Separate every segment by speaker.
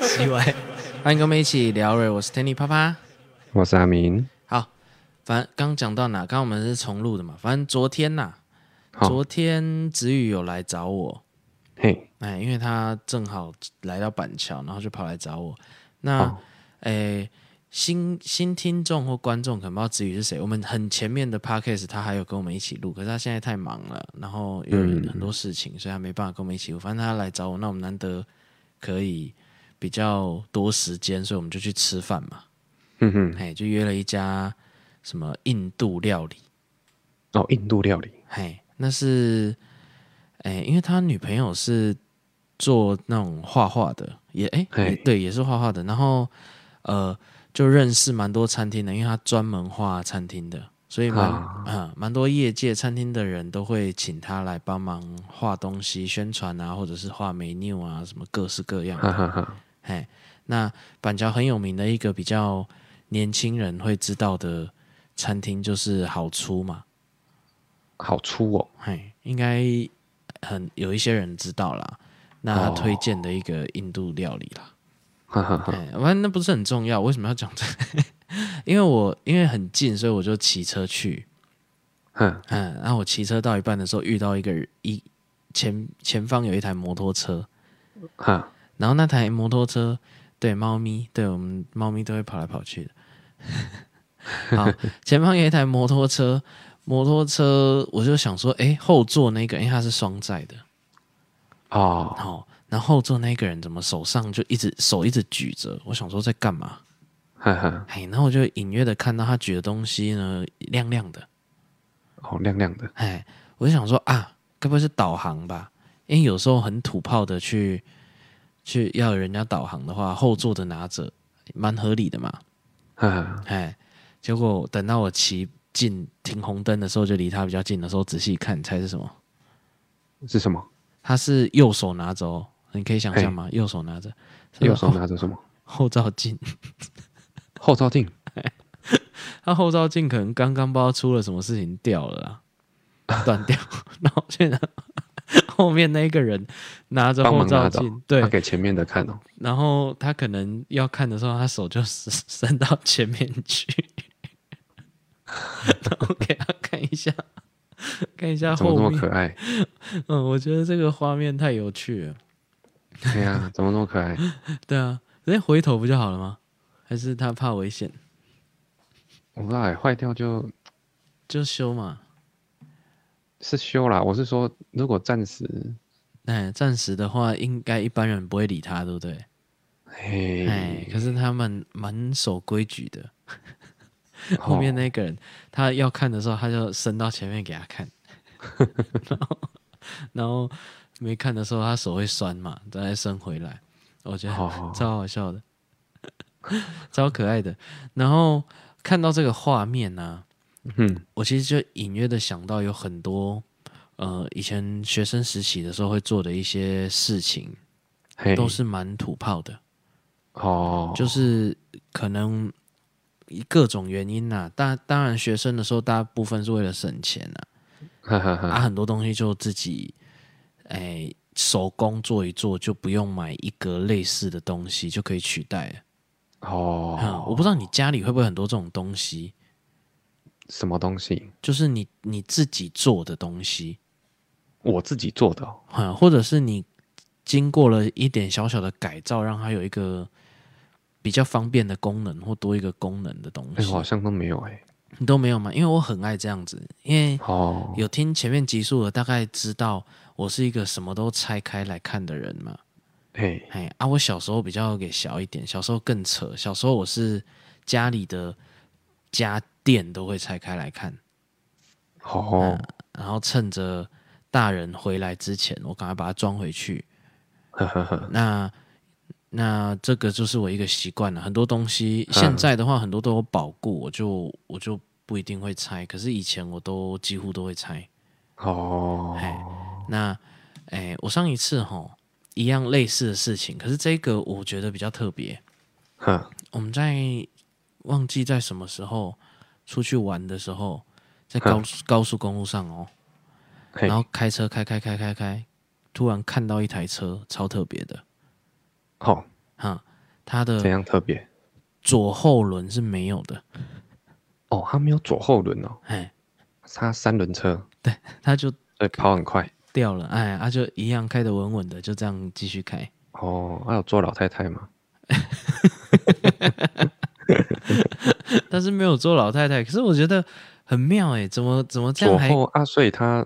Speaker 1: 奇怪，欢迎跟我们一起聊瑞，我是 Tanny 啪啪。
Speaker 2: 我是阿明。
Speaker 1: 好，反正刚讲到哪？刚刚我们是重录的嘛。反正昨天呐、
Speaker 2: 好
Speaker 1: 昨天子宇有来找我，
Speaker 2: 嘿，
Speaker 1: 哎，因为他正好来到板桥，然后就跑来找我。那，诶、新新听众或观众可能不知道子宇是谁。我们很前面的 podcast 他还有跟我们一起录，可是他现在太忙了，然后有很多事情，所以他没办法跟我们一起录。反正他来找我，那我们难得可以比较多时间，所以我们就去吃饭嘛。
Speaker 2: 嗯哼，
Speaker 1: 嘿，就约了一家什么印度料理，
Speaker 2: 哦，印度料理，
Speaker 1: 嘿，那是，哎，因为他女朋友是做那种画画的，也哎，
Speaker 2: 嘿
Speaker 1: 也对，也是画画的，然后呃，就认识蛮多餐厅的，因为他专门画餐厅的，所以蛮啊
Speaker 2: 啊、
Speaker 1: 蛮多业界餐厅的人都会请他来帮忙画东西、宣传啊，或者是画 menu 啊，什么各式各样的
Speaker 2: 哈哈哈。
Speaker 1: 嘿，那板桥很有名的一个比较年轻人会知道的餐厅就是好出嘛，
Speaker 2: 好粗哦，
Speaker 1: 嘿，应该很有一些人知道啦。那他
Speaker 2: 哦嗯
Speaker 1: 推荐的一个印度料理啦，
Speaker 2: 哈哈哈。
Speaker 1: 哎，反正那不是很重要，为什么要讲这 个因为我因为很近，所以我就骑车去。
Speaker 2: 哼，
Speaker 1: 嗯，然后我骑车到一半的时候，遇到一个人一前前方有一台摩托车，
Speaker 2: 哈，
Speaker 1: 然后那台摩托车，对猫咪，对我们猫咪都会跑来跑去的。 好，前方有一台摩托车，摩托车我就想说，诶，后座那个，因为它是双载的，
Speaker 2: 哦，
Speaker 1: 好、然后后座那个人怎么手上就一直手一直举着？我想说在干嘛？
Speaker 2: 哈哈，
Speaker 1: 哎，然后我就隐约的看到他举的东西呢，亮亮的，
Speaker 2: 哦，亮亮的，
Speaker 1: 哎，我就想说啊，该不会是导航吧？因为有时候很土炮的去去要人家导航的话，后座的拿着蛮合理的嘛。
Speaker 2: 哈哈，
Speaker 1: 哎，结果等到我骑近停红灯的时候，就离他比较近的时候，仔细看，你猜是什么？
Speaker 2: 是什么？
Speaker 1: 他是右手拿着哦，你可以想象吗？右手拿着，他的
Speaker 2: 右手
Speaker 1: 后
Speaker 2: 拿着什么？
Speaker 1: 后照镜，
Speaker 2: 后照镜。
Speaker 1: 他后照镜可能刚刚不知道出了什么事情掉了啦， 断掉，然后现在 后面那一个人拿着
Speaker 2: 帮
Speaker 1: 后
Speaker 2: 忙
Speaker 1: 照
Speaker 2: 拿走
Speaker 1: 镜，对
Speaker 2: 他，给前面的看哦。
Speaker 1: 然后他可能要看的时候，他手就伸伸到前面去， 然后给他看一下，看一下
Speaker 2: 怎么那
Speaker 1: 后
Speaker 2: 么
Speaker 1: 面
Speaker 2: 可。爱？
Speaker 1: 嗯，我觉得这个画面太有趣了。
Speaker 2: 哎呀，怎么那么可爱？
Speaker 1: 对啊，直接回头不就好了吗？还是他怕危险，
Speaker 2: 我不知道哎，坏掉就
Speaker 1: 就修嘛。
Speaker 2: 是修啦。我是说，如果暂时，
Speaker 1: 哎，暂时的话，应该一般人不会理他，对不对？哎，
Speaker 2: 嘿，
Speaker 1: 可是他们蛮守规矩的。
Speaker 2: 哦
Speaker 1: 后面那个人他要看的时候，他就伸到前面给他 看，然后然后没看的时候，他手会酸嘛，再伸回来。我觉得
Speaker 2: 哦，
Speaker 1: 超好笑的， 超可爱的。然后看到这个画面呢、
Speaker 2: 嗯，
Speaker 1: 我其实就隐约的想到有很多，呃，以前学生时期的时候会做的一些事情，
Speaker 2: 嘿，
Speaker 1: 都是蛮土炮的，
Speaker 2: 哦，
Speaker 1: 就是可能各种原因呐、当当然，学生的时候大部分是为了省钱呐、
Speaker 2: 哈哈
Speaker 1: 啊，
Speaker 2: 哈，
Speaker 1: 很多东西就自己，哎，手工做一做，就不用买一个类似的东西就可以取代了。嗯
Speaker 2: 哦，
Speaker 1: 我不知道你家里会不会很多这种东西，
Speaker 2: 什么东西？
Speaker 1: 就是你你自己做的东西。
Speaker 2: 我自己做的哦。
Speaker 1: 嗯，或者是你经过了一点小小的改造，让它有一个比较方便的功能或多一个功能的东
Speaker 2: 哎，
Speaker 1: 西
Speaker 2: 我，好像都没有哎。
Speaker 1: 你都没有吗？因为我很爱这样子，因为
Speaker 2: 哦，
Speaker 1: 有听前面集数的，大概知道我是一个什么都拆开来看的人嘛。
Speaker 2: 嘿，
Speaker 1: 哎啊，我小时候比较给小一点，小时候更扯，小时候我是家里的家电都会拆开来看，
Speaker 2: 哦，
Speaker 1: 然后趁着大人回来之前，我赶快把它装回去。
Speaker 2: 呵呵呵，
Speaker 1: 那那这个就是我一个习惯了，很多东西
Speaker 2: 嗯
Speaker 1: 现在的话很多都有保固，我就我就不一定会拆，可是以前我都几乎都会拆。哎
Speaker 2: 哦，
Speaker 1: 那哎，我上一次吼一样类似的事情，可是这个我觉得比较特别。
Speaker 2: 哼，
Speaker 1: 我们在忘记在什么时候出去玩的时候，在高速高速公路上哦，
Speaker 2: 嗯嘿
Speaker 1: 然，后开车开开开开开，突然看到一台车超特别的，
Speaker 2: 好，
Speaker 1: 哈，它的
Speaker 2: 哦怎样特别？
Speaker 1: 左后轮是没有的，
Speaker 2: 哦，它没有左后轮哦，
Speaker 1: 哎，
Speaker 2: 它三轮车，
Speaker 1: 它就
Speaker 2: 所以跑很快。
Speaker 1: 掉了，哎，它就一样开得稳稳的，就这样继续开。
Speaker 2: 哦，还、有坐老太太吗？
Speaker 1: 但是没有做老太太，可是我觉得很妙哎、怎么怎么这样
Speaker 2: 左
Speaker 1: 还
Speaker 2: 后啊，所以它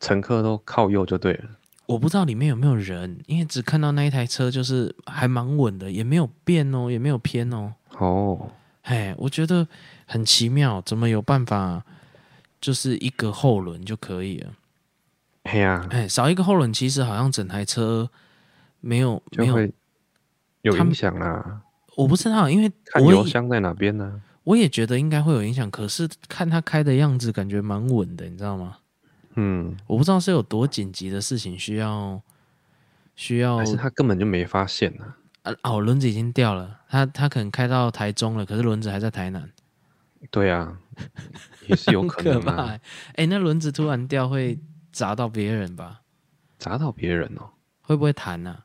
Speaker 2: 乘客都靠右就对了。
Speaker 1: 我不知道里面有没有人，因为只看到那一台车就是还蛮稳的，也没有变哦，也没有偏哦。
Speaker 2: 哦，
Speaker 1: 哎，我觉得很奇妙，怎么有办法就是一个后轮就可以了？
Speaker 2: 嘿呀、
Speaker 1: 哎，少一个后轮，其实好像整台车没有
Speaker 2: 就
Speaker 1: 没有，
Speaker 2: 会有
Speaker 1: 他们
Speaker 2: 影响啦。
Speaker 1: 我不知道，因为
Speaker 2: 看
Speaker 1: 我
Speaker 2: 油
Speaker 1: 也
Speaker 2: 箱在哪边啊呢、
Speaker 1: 我也觉得应该会有影响，可是看他开的样子，感觉蛮稳的，你知道吗？
Speaker 2: 嗯，
Speaker 1: 我不知道是有多紧急的事情需要需要
Speaker 2: 还是他根本就没发现呢、
Speaker 1: 啊哦，轮子已经掉了，他他可能开到台中了，可是轮子还在台南，
Speaker 2: 对啊，也是有
Speaker 1: 很
Speaker 2: 可
Speaker 1: 可
Speaker 2: 能
Speaker 1: 怕、
Speaker 2: 啊，
Speaker 1: 欸。哎、那轮子突然掉会砸到别人吧？
Speaker 2: 砸到别人哦，
Speaker 1: 会不会弹啊？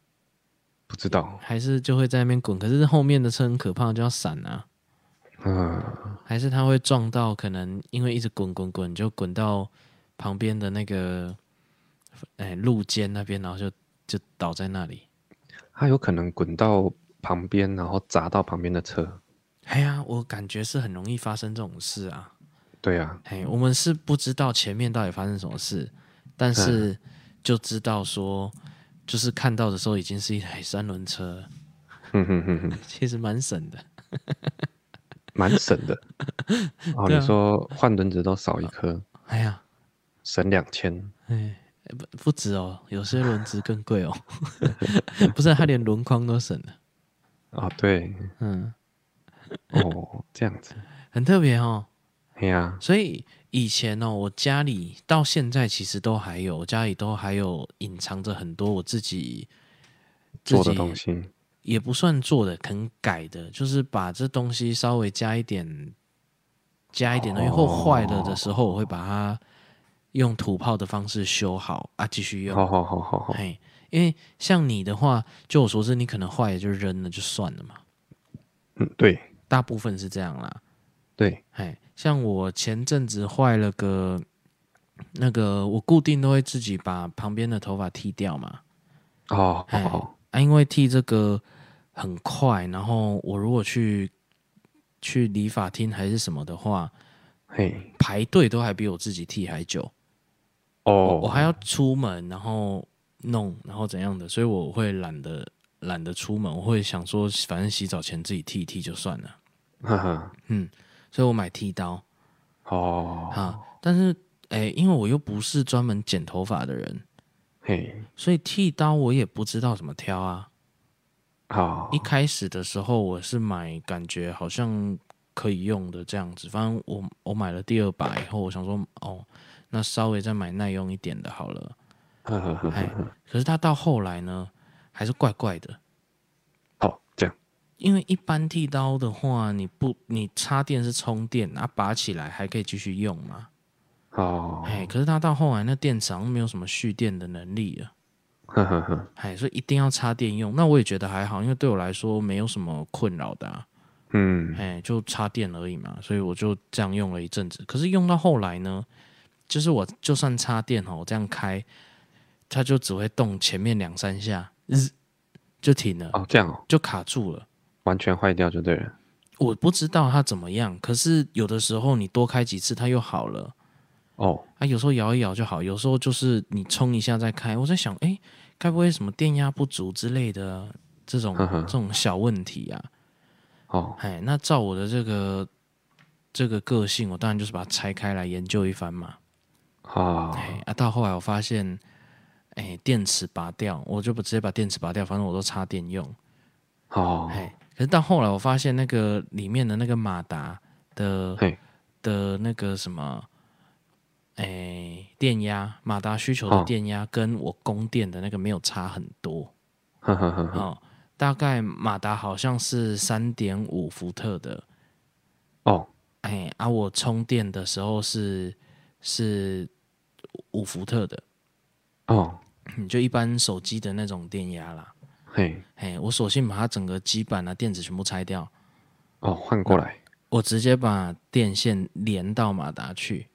Speaker 2: 不知道。
Speaker 1: 还是就会在那边滚？可是后面的车很可怕，就要闪啊。
Speaker 2: 啊，
Speaker 1: 还是他会撞到，可能因为一直滚滚滚，就滚到旁边的那个哎、路肩那边，然后就就倒在那里。
Speaker 2: 他有可能滚到旁边，然后砸到旁边的车。
Speaker 1: 哎呀，我感觉是很容易发生这种事啊。
Speaker 2: 对啊，
Speaker 1: 嘿，哎我们是不知道前面到底发生什么事，但
Speaker 2: 嗯
Speaker 1: 是就知道说，就是看到的时候已经是一台三轮车，
Speaker 2: 哼哼哼哼，
Speaker 1: 其实蛮省的。
Speaker 2: 蛮省 的。哦，
Speaker 1: 对啊
Speaker 2: 你说换轮子都少一颗，
Speaker 1: 哎呀，
Speaker 2: 省两千。
Speaker 1: 哎，不不止哦，有些轮子更贵哦， 不是它连轮框都省了，
Speaker 2: 哦，对，
Speaker 1: 嗯，
Speaker 2: 哦，这样子。
Speaker 1: 很特别哦。
Speaker 2: 嘿呀、
Speaker 1: 所以以前哦，我家里到现在其实都还有，我家里都还有隐藏着很多我自己自
Speaker 2: 做
Speaker 1: 己
Speaker 2: 的东西。
Speaker 1: 也不算做的，肯改的，就是把这东西稍微加一点，加一点，因为后坏了的时候，我会把它用土炮的方式修好啊，继续用。
Speaker 2: 好好好好好，
Speaker 1: 嘿，因为像你的话，就我所知，你可能坏了就扔了就算了嘛，
Speaker 2: 嗯，对
Speaker 1: 大部分是这样啦。
Speaker 2: 对，
Speaker 1: 嘿，像我前阵子坏了个那个，我固定都会自己把旁边的头发剃掉嘛，
Speaker 2: 哦
Speaker 1: 哎
Speaker 2: 哦哦，
Speaker 1: 啊，因为剃这个很快，然后我如果去去理发厅还是什么的话，哎
Speaker 2: 嘿，
Speaker 1: 排队都还比我自己剃还久。我我
Speaker 2: 哦，
Speaker 1: 还要出门，然后弄，然后怎样的，所以我会懒得懒得出门，我会想说，反正洗澡前自己剃一剃就算了。
Speaker 2: 哈哈，
Speaker 1: 嗯，所以我买剃刀
Speaker 2: 哦，
Speaker 1: 啊，但是诶，因为我又不是专门剪头发的人，
Speaker 2: 嘿，
Speaker 1: 所以剃刀我也不知道怎么挑啊。
Speaker 2: 好
Speaker 1: 一，开始的时候我是买感觉好像可以用的这样子，反正我我买了第二把以后，我想说哦，那稍微再买耐用一点的好了。
Speaker 2: 呵呵呵
Speaker 1: 哎
Speaker 2: 呵呵，，
Speaker 1: 可是它到后来呢，还是怪怪的，
Speaker 2: 好，这样，
Speaker 1: 因为一般剃刀的话，你不你插电是充电，啊拔起来还可以继续用嘛。
Speaker 2: 哦，
Speaker 1: 哎，可是它到后来那电池好像没有什么蓄电的能力了。
Speaker 2: 呵呵呵，
Speaker 1: 哎，所以一定要插电用。那我也觉得还好，因为对我来说没有什么困扰的、啊，
Speaker 2: 嗯，
Speaker 1: 哎，就插电而已嘛，所以我就这样用了一阵子。可是用到后来呢，就是我就算插电哦，我这样开，它就只会动前面两三下，日就停了，
Speaker 2: 哦，这样哦，
Speaker 1: 就卡住了。
Speaker 2: 完全坏掉就对了，
Speaker 1: 我不知道它怎么样，可是有的时候你多开几次它又好了。
Speaker 2: 哦，
Speaker 1: 啊，有时候摇一摇就好，有时候就是你冲一下再开。我在想，哎、该不会什么电压不足之类的这种
Speaker 2: 呵呵
Speaker 1: 这种小问题啊？
Speaker 2: 哦，
Speaker 1: 哎，那照我的这个这个个性，我当然就是把它拆开来研究一番嘛。
Speaker 2: 好，
Speaker 1: 哎、啊，到后来我发现，哎、电池拔掉，我就不直接把电池拔掉，反正我都插电用。
Speaker 2: 好，
Speaker 1: 哎、可是到后来我发现那个里面的那个马达的
Speaker 2: 嘿，
Speaker 1: 的那个什么，诶，电压，马达需求的
Speaker 2: 哦
Speaker 1: 电压跟我供电的那个没有差很多
Speaker 2: 呵呵呵
Speaker 1: 啊、
Speaker 2: 呵，
Speaker 1: 哦大概马达好像是三点五伏特的，
Speaker 2: 哦，
Speaker 1: 哎，啊，我充电的时候是是五伏特的，
Speaker 2: 哦，
Speaker 1: 嗯就一般手机的那种电压啦。
Speaker 2: 嘿，
Speaker 1: 嘿，我索性把它整个基板啊、电子全部拆掉，
Speaker 2: 哦，换过来，
Speaker 1: 我直接把电线连到马达去。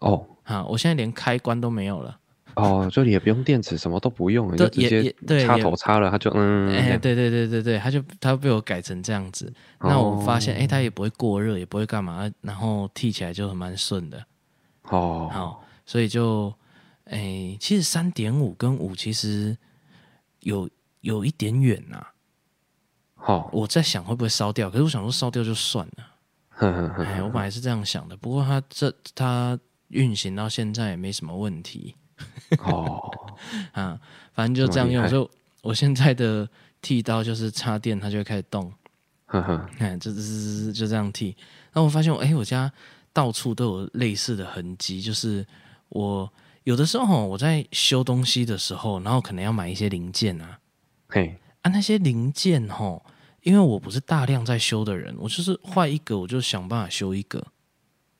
Speaker 2: 哦
Speaker 1: 哈，我现在连开关都没有了。
Speaker 2: 哦，就也不用电池，什么都不用，你
Speaker 1: 对
Speaker 2: 就直
Speaker 1: 也
Speaker 2: 接
Speaker 1: 也对
Speaker 2: 插
Speaker 1: 也
Speaker 2: 头插了，它就嗯，
Speaker 1: 哎、
Speaker 2: 这样
Speaker 1: 对对对对对，它就它被我改成这样子。那我发
Speaker 2: 哦
Speaker 1: 现，哎、它也不会过热，也不会干嘛，然后剃起来就很蛮顺的。
Speaker 2: 哦，
Speaker 1: 好，所以就，哎、其实三点五跟五其实有有一点远呐、
Speaker 2: 好，
Speaker 1: 我在想会不会烧掉，可是我想说烧掉就算了。
Speaker 2: 哼哼嗯哼，
Speaker 1: 哎，我本来是这样想的，不过它这它运行到现在也没什么问题
Speaker 2: 哦，
Speaker 1: 啊，反正就这样用。所以我现在的剃刀就是插电，它就会开始动，
Speaker 2: 哼哼，
Speaker 1: 哎，就就就这样剃。然后我发现我，哎，我家到处都有类似的痕迹，就是我有的时候我在修东西的时候，然后可能要买一些零件啊，
Speaker 2: 嘿，
Speaker 1: 啊，那些零件吼，因为我不是大量在修的人，我就是坏一个我就想办法修一个。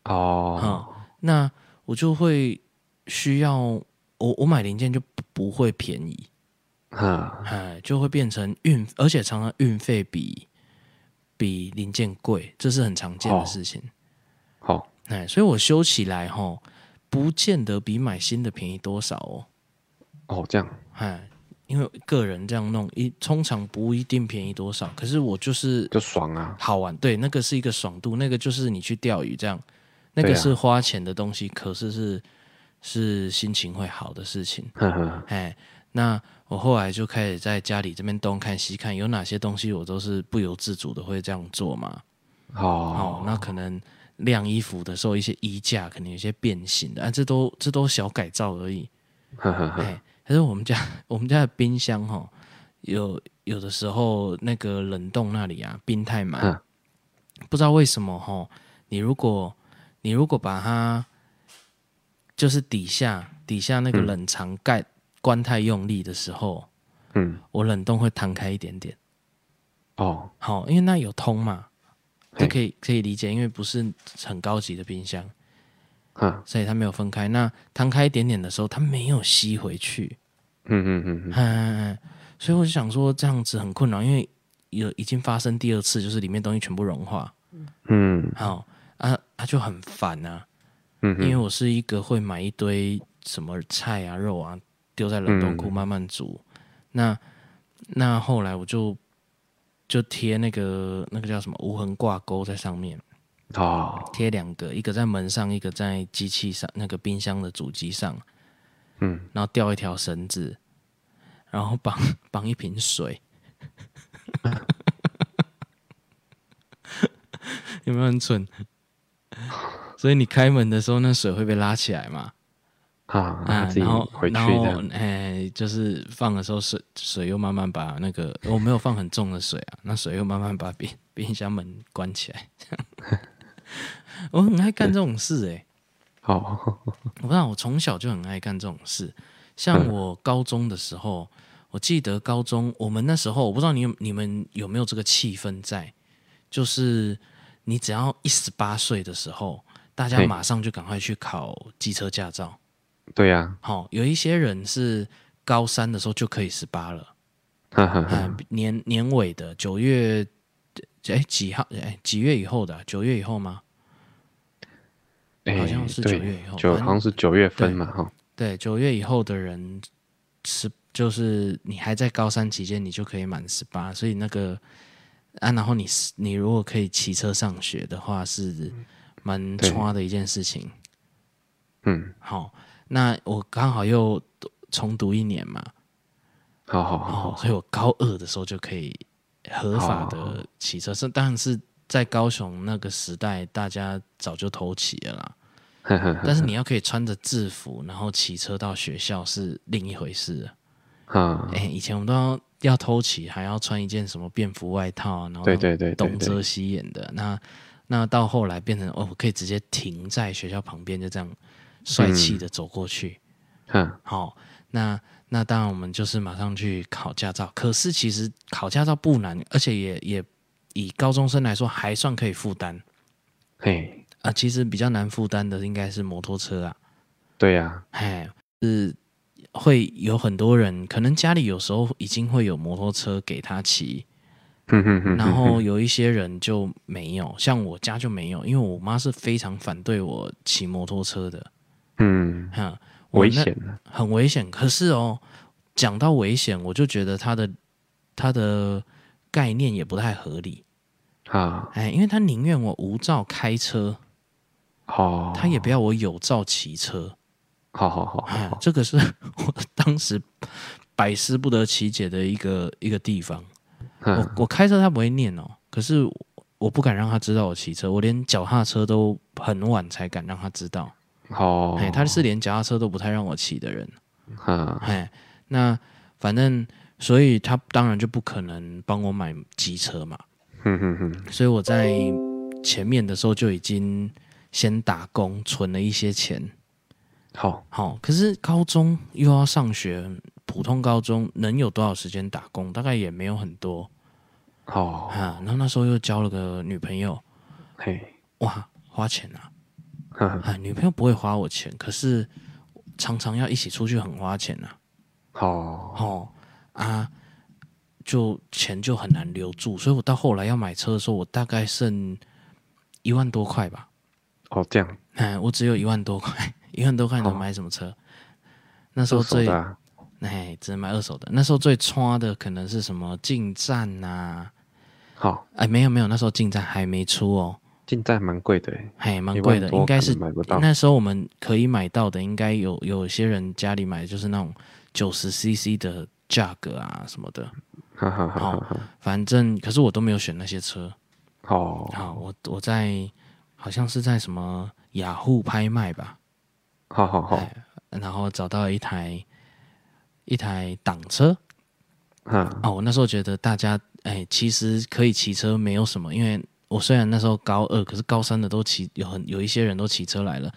Speaker 2: 哦，
Speaker 1: 那我就会需要我我买零件就不不会便宜，
Speaker 2: 哈，
Speaker 1: 哎，就会变成运，而且常常运费比比零件贵，这是很常见的事情。
Speaker 2: 好，
Speaker 1: 哎，所以我修起来吼，不见得比买新的便宜多少哦，
Speaker 2: 哦，这样，
Speaker 1: 哎，因为个人这样弄一通常不一定便宜多少，可是我就是
Speaker 2: 就爽啊，
Speaker 1: 好玩，对，那个是一个爽度，那个就是你去钓鱼这样，那个
Speaker 2: 对啊
Speaker 1: 是花钱的东西，可是是是心情会好的事情。
Speaker 2: 哼哼，
Speaker 1: 哎，那我后来就开始在家里这边东看西看，有哪些东西我都是不由自主的会这样做嘛。哦，
Speaker 2: 哦，
Speaker 1: 那可能晾衣服的时候，一些衣架可能有些变形的，啊，这都这都小改造而已。
Speaker 2: 哼哼哼，
Speaker 1: 哎，可是我们家 我们家的冰箱哈、哦，有有的时候那个冷冻那里啊，冰太满，
Speaker 2: 嗯
Speaker 1: 不知道为什么哈、哦，你如果你如果把它就是底下底下那个冷藏盖、关太用力的时候，
Speaker 2: 嗯，
Speaker 1: 我冷冻会弹开一点点。
Speaker 2: 哦，
Speaker 1: 好、因为那有通嘛，这
Speaker 2: 嘿
Speaker 1: 可以可以理解，因为不是很高级的冰箱，
Speaker 2: 哈，
Speaker 1: 所以它没有分开。那摊开一点点的时候，它没有吸回去。
Speaker 2: 嗯嗯嗯嗯，
Speaker 1: 嗯，所以我就想说这样子很困扰，因为有已经发生第二次，就是里面东西全部融化，
Speaker 2: 嗯
Speaker 1: 好、啊啊就很烦啊，
Speaker 2: 嗯
Speaker 1: 因为
Speaker 2: 嗯，
Speaker 1: 我是一个会买一堆什么菜啊肉啊丢在冷冻库
Speaker 2: 嗯
Speaker 1: 慢慢煮，那那后来我就就贴那个那个叫什么无痕挂钩在上面，
Speaker 2: 哦，
Speaker 1: 贴两个，一个在门上，一个在机器上那个冰箱的主机上，
Speaker 2: 嗯，
Speaker 1: 然后吊一条绳子，然后绑 绑一瓶水。 有没有很蠢？ 所以你开门的时候，那水会被拉起来嘛？
Speaker 2: 啊，他自己
Speaker 1: 然后
Speaker 2: 回去
Speaker 1: 然
Speaker 2: 这
Speaker 1: 后
Speaker 2: 样，
Speaker 1: 哎，就是放的时候水水又慢慢把那个我没有放很重的水啊，那水又慢慢把冰冰箱门关起来。这样 我很爱干这种事哎、
Speaker 2: 好，
Speaker 1: 我不知道，我从小就很爱干这种事。像
Speaker 2: 嗯
Speaker 1: 我高中的时候，我记得高中我们那时候，我不知道你有你们有没有这个气氛在，就是你只要一十八岁的时候，大家
Speaker 2: 嘿
Speaker 1: 马上就赶快去考机车驾照。
Speaker 2: 对啊呀，
Speaker 1: 好、有一些人是高三的时候就可以十八了，
Speaker 2: 哈哈哈，
Speaker 1: 嗯、年年尾的九月，哎几号？哎几月以后的啊、九月以后吗？
Speaker 2: 哎，
Speaker 1: 好像是
Speaker 2: 对
Speaker 1: 九月以后
Speaker 2: 九
Speaker 1: 反正
Speaker 2: 好像是九月份
Speaker 1: 对
Speaker 2: 嘛，哈，
Speaker 1: 对，九月以后的人十，就是你还在高三期间，你就可以满十八，所以那个啊，然后你是你如果可以骑车上学的话，是蛮
Speaker 2: 对
Speaker 1: 差的一件事情。
Speaker 2: 嗯，
Speaker 1: 好，那我刚好又重读一年嘛，
Speaker 2: 好好好
Speaker 1: 哦，
Speaker 2: 好，
Speaker 1: 所以我高二的时候就可以合法
Speaker 2: 啊
Speaker 1: 的骑车，是但是在高雄那个时代，大家早就偷骑了啦。
Speaker 2: 嗯哼 哼哼，
Speaker 1: 但是你要可以穿着制服，然后骑车到学校是另一回事了。
Speaker 2: 啊，
Speaker 1: 哎、以前我们都要要偷骑，还要穿一件什么便服外套啊，然后
Speaker 2: 对对对对
Speaker 1: 东遮
Speaker 2: 对，
Speaker 1: 西掩的。那那到后来变成哦，我可以直接停在学校旁边，就这样帅
Speaker 2: 嗯
Speaker 1: 气的走过去。
Speaker 2: 哈，
Speaker 1: 好、那那当然我们就是马上去考驾照。可是其实考驾照不难，而且也也以高中生来说还算可以负担
Speaker 2: 嘿，
Speaker 1: 啊。其实比较难负担的应该是摩托车啊。
Speaker 2: 对呀，
Speaker 1: 哎，是会有很多人，可能家里有时候已经会有摩托车给他骑，
Speaker 2: 哼嗯哼哼
Speaker 1: 然后有一些人就没有，像我家就没有，因为我妈是非常反对我骑摩托车的，
Speaker 2: 嗯，
Speaker 1: 哈，我
Speaker 2: 危
Speaker 1: 那
Speaker 2: 险的，
Speaker 1: 很危险。可是哦，讲到危险，我就觉得他的他的概念也不太合理，
Speaker 2: 啊，
Speaker 1: 哎，因为他宁愿我无照开车，
Speaker 2: 好，
Speaker 1: 他也不要我有照骑车，
Speaker 2: 好好好好
Speaker 1: 哎
Speaker 2: 好，，
Speaker 1: 这个是 我当时百思不得其解的一个一个地方。我
Speaker 2: 嗯
Speaker 1: 我开车他不会念哦，可是我我不敢让他知道我骑车，我连脚踏车都很晚才敢让他知道。
Speaker 2: 好，
Speaker 1: 哎、他是连脚踏车都不太让我骑的人。
Speaker 2: 啊，
Speaker 1: 哎，那反正所以他当然就不可能帮我买机车嘛，
Speaker 2: 哼嗯哼哼，
Speaker 1: 所以我在前面的时候就已经先打工存了一些钱。
Speaker 2: 好，
Speaker 1: 好、可是高中又要上学，普通高中能有多少时间打工？大概也没有很多
Speaker 2: 好，
Speaker 1: 啊。然后那时候又交了个女朋友，
Speaker 2: 嘿，
Speaker 1: 哇，花钱啊！
Speaker 2: 哈哈，
Speaker 1: 啊，女朋友不会花我钱，可是常常要一起出去很花钱啊。
Speaker 2: 好，
Speaker 1: 哦啊，就钱就很难留住，所以我到后来要买车的时候，我大概剩一万多块吧，
Speaker 2: 哦，这样，
Speaker 1: 哎，我只有一万多块， 一万多块能
Speaker 2: 好
Speaker 1: 买什么车？那时
Speaker 2: 哦二
Speaker 1: 候
Speaker 2: 手
Speaker 1: 最
Speaker 2: 的啊，
Speaker 1: 哎，只能买二手的。那时候最穿的可能是什么进站呐、
Speaker 2: 好，
Speaker 1: 哎，没有没有，那时候进站还没出哦，
Speaker 2: 进站蛮贵的欸，
Speaker 1: 还蛮
Speaker 2: 一
Speaker 1: 贵
Speaker 2: 万
Speaker 1: 的，
Speaker 2: 多
Speaker 1: 应该
Speaker 2: 可能
Speaker 1: 是
Speaker 2: 买不到，
Speaker 1: 那时候我们可以买到的，应该有有些人家里买的就是那种九十 CC 的价格啊什么的，
Speaker 2: 哈哈哈
Speaker 1: 好
Speaker 2: 哈哈，
Speaker 1: 反正可是我都没有选那些车
Speaker 2: 好，
Speaker 1: 啊，我我在好像是在什么雅虎拍卖吧，
Speaker 2: 好好好，
Speaker 1: 然后找到一台一台挡车
Speaker 2: 哈，
Speaker 1: 啊，我那时候觉得大家哎，其实可以骑车没有什么，因为我虽然那时候高二，可是高三的都骑有很有一些人都骑车来了，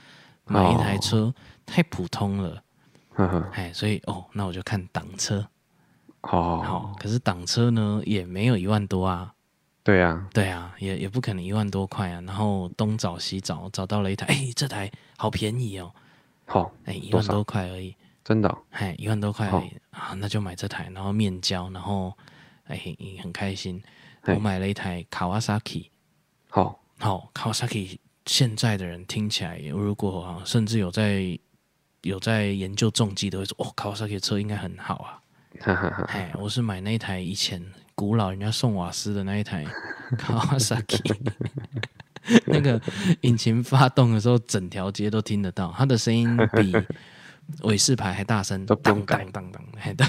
Speaker 1: 买一台车、太普通了，
Speaker 2: 哈哈，
Speaker 1: 哎，所以哦，那我就看挡车，好、
Speaker 2: 好，
Speaker 1: 可是挡车呢也没有一万多啊，
Speaker 2: 对啊，
Speaker 1: 对啊，也也不可能一万多块啊。然后东找西找，找到了一台，哎、这台好便宜哦，
Speaker 2: 好，
Speaker 1: 哎、一
Speaker 2: 多
Speaker 1: 万
Speaker 2: 少哦
Speaker 1: 多块而已，
Speaker 2: 真的哦，
Speaker 1: 哎，一万多块而已、啊，那就买这台，然后面交，然后哎、很开心，我
Speaker 2: 嘿
Speaker 1: 买了一台 Kawasaki，
Speaker 2: 好，
Speaker 1: 好、Kawasaki 现在的人听起来，如果、啊、甚至有在有在研究重机的会说，哦，Kawasaki 的车应该很好啊，
Speaker 2: 哈哈哈，
Speaker 1: 哎，我是买那一台以前古老人家送瓦斯的那一 台 Kawasaki，那个引擎发动的时候，整条街都听得到，它的声音 比尾式牌还大声，
Speaker 2: 都不
Speaker 1: 当
Speaker 2: 用改哎
Speaker 1: 当当当，还当。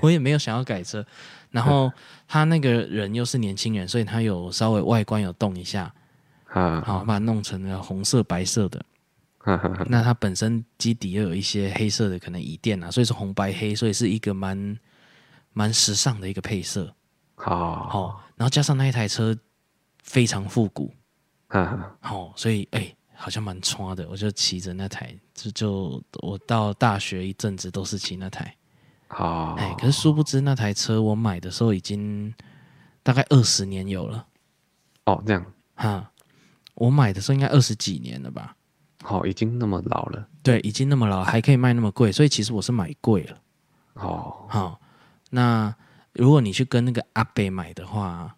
Speaker 1: 我也没有想要改车，然后他那个人又是年轻人，所以他有稍微外观有动一下，
Speaker 2: 啊哈，
Speaker 1: 好把它弄成了红色白色的。
Speaker 2: 哈哈哈，
Speaker 1: 那它本身基底又有一些黑色的可能椅垫啊，所以是红白黑，所以是一个蛮蛮时尚的一个配色
Speaker 2: 好，
Speaker 1: 哦。然后加上那一台车非常复古
Speaker 2: 哈哈，
Speaker 1: 哦，所以哎、好像蛮穿的，我就骑着那台，就就我到大学一阵子都是骑那台，
Speaker 2: 好，
Speaker 1: 哎、可是殊不知那台车我买的时候已经大概二十年有了
Speaker 2: 哦，这样，
Speaker 1: 哈，我买的时候应该二十几年了吧？
Speaker 2: 好，已经那么老了，
Speaker 1: 对，已经那么老还可以卖那么贵，所以其实我是买贵了。
Speaker 2: 好，
Speaker 1: 好、那如果你去跟那个阿伯买的话，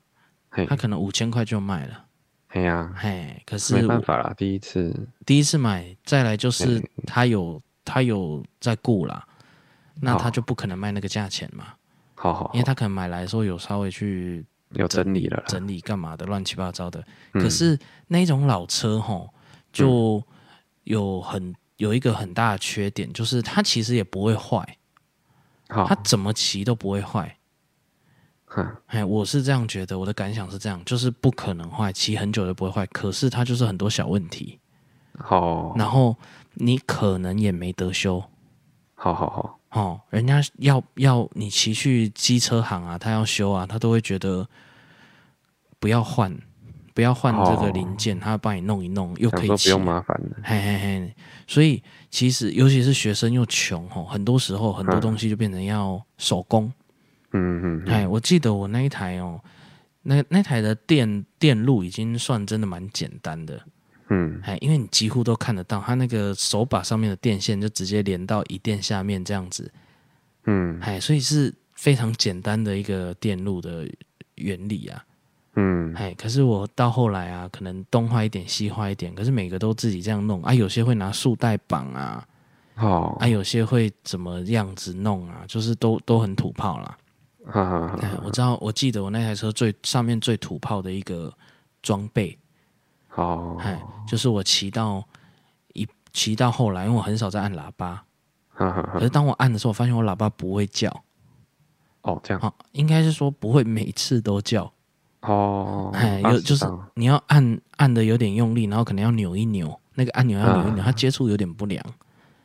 Speaker 2: 嘿
Speaker 1: 他，可能五千块就卖了，
Speaker 2: 嘿呀，
Speaker 1: 嘿。可是
Speaker 2: 没办
Speaker 1: 我
Speaker 2: 法嗯啦，第一次，
Speaker 1: 第一次买，再来就是他有他有在顾啦，那他就不可能卖那个价钱嘛，
Speaker 2: 好好，
Speaker 1: 因为他可能买来的时候有稍微去
Speaker 2: 有整理了啦，
Speaker 1: 整理干嘛的，乱七八糟的。
Speaker 2: 嗯
Speaker 1: 可是那种老车吼，就有很有一个很大的缺点，就是它其实也不会坏，
Speaker 2: 好
Speaker 1: 它，怎么骑都不会坏。
Speaker 2: 哈，
Speaker 1: 哎，我是这样觉得，我的感想是这样，就是不可能坏，骑很久都不会坏。可是它就是很多小问题，
Speaker 2: 好，
Speaker 1: 然后你可能也没得修
Speaker 2: 好好好，
Speaker 1: 哦。人家要要你骑去机车行啊，他要修啊，他都会觉得不要换，不要换这个
Speaker 2: 哦
Speaker 1: 零件，他帮你弄一弄，又
Speaker 2: 想
Speaker 1: 可以
Speaker 2: 说不
Speaker 1: 骑。
Speaker 2: 用麻烦了，
Speaker 1: 嘿嘿嘿，所以其实尤其是学生又穷哦，很多时候很多
Speaker 2: 嗯
Speaker 1: 东西就变成要手工。
Speaker 2: 嗯嗯嗯，
Speaker 1: 哎，我记得我那一台哦，那那台的电电路已经算真的蛮简单的，
Speaker 2: 嗯，
Speaker 1: 哎，因为你几乎都看得到，它那个手把上面的电线就直接连到椅垫下面这样子，
Speaker 2: 嗯
Speaker 1: 哎，所以是非常简单的一个电路的原理啊，
Speaker 2: 嗯
Speaker 1: 哎，可是我到后来啊，可能东画一点西画一点，可是每个都自己这样弄啊，有些会拿束带绑啊，
Speaker 2: 好，
Speaker 1: 啊，有些会怎么样子弄啊，就是都都很土炮啦。
Speaker 2: 哈哈哈
Speaker 1: 哎，我知道，我记得我那台车最上面最土炮的一个装备，
Speaker 2: 好，
Speaker 1: 哎，就是我骑到一骑到后来，因为我很少在按喇叭，
Speaker 2: 哈哈
Speaker 1: 可
Speaker 2: 哈，
Speaker 1: 是当我按的时候，我发现我喇叭不会叫，
Speaker 2: 哦，这样，
Speaker 1: 啊，应该是说不会每次都叫，
Speaker 2: 哦，
Speaker 1: 哎，
Speaker 2: 啊
Speaker 1: 有就是
Speaker 2: 知道
Speaker 1: 你要按按的有点用力，然后可能要扭一扭，那个按钮要
Speaker 2: 啊
Speaker 1: 扭一扭，它接触有点不良。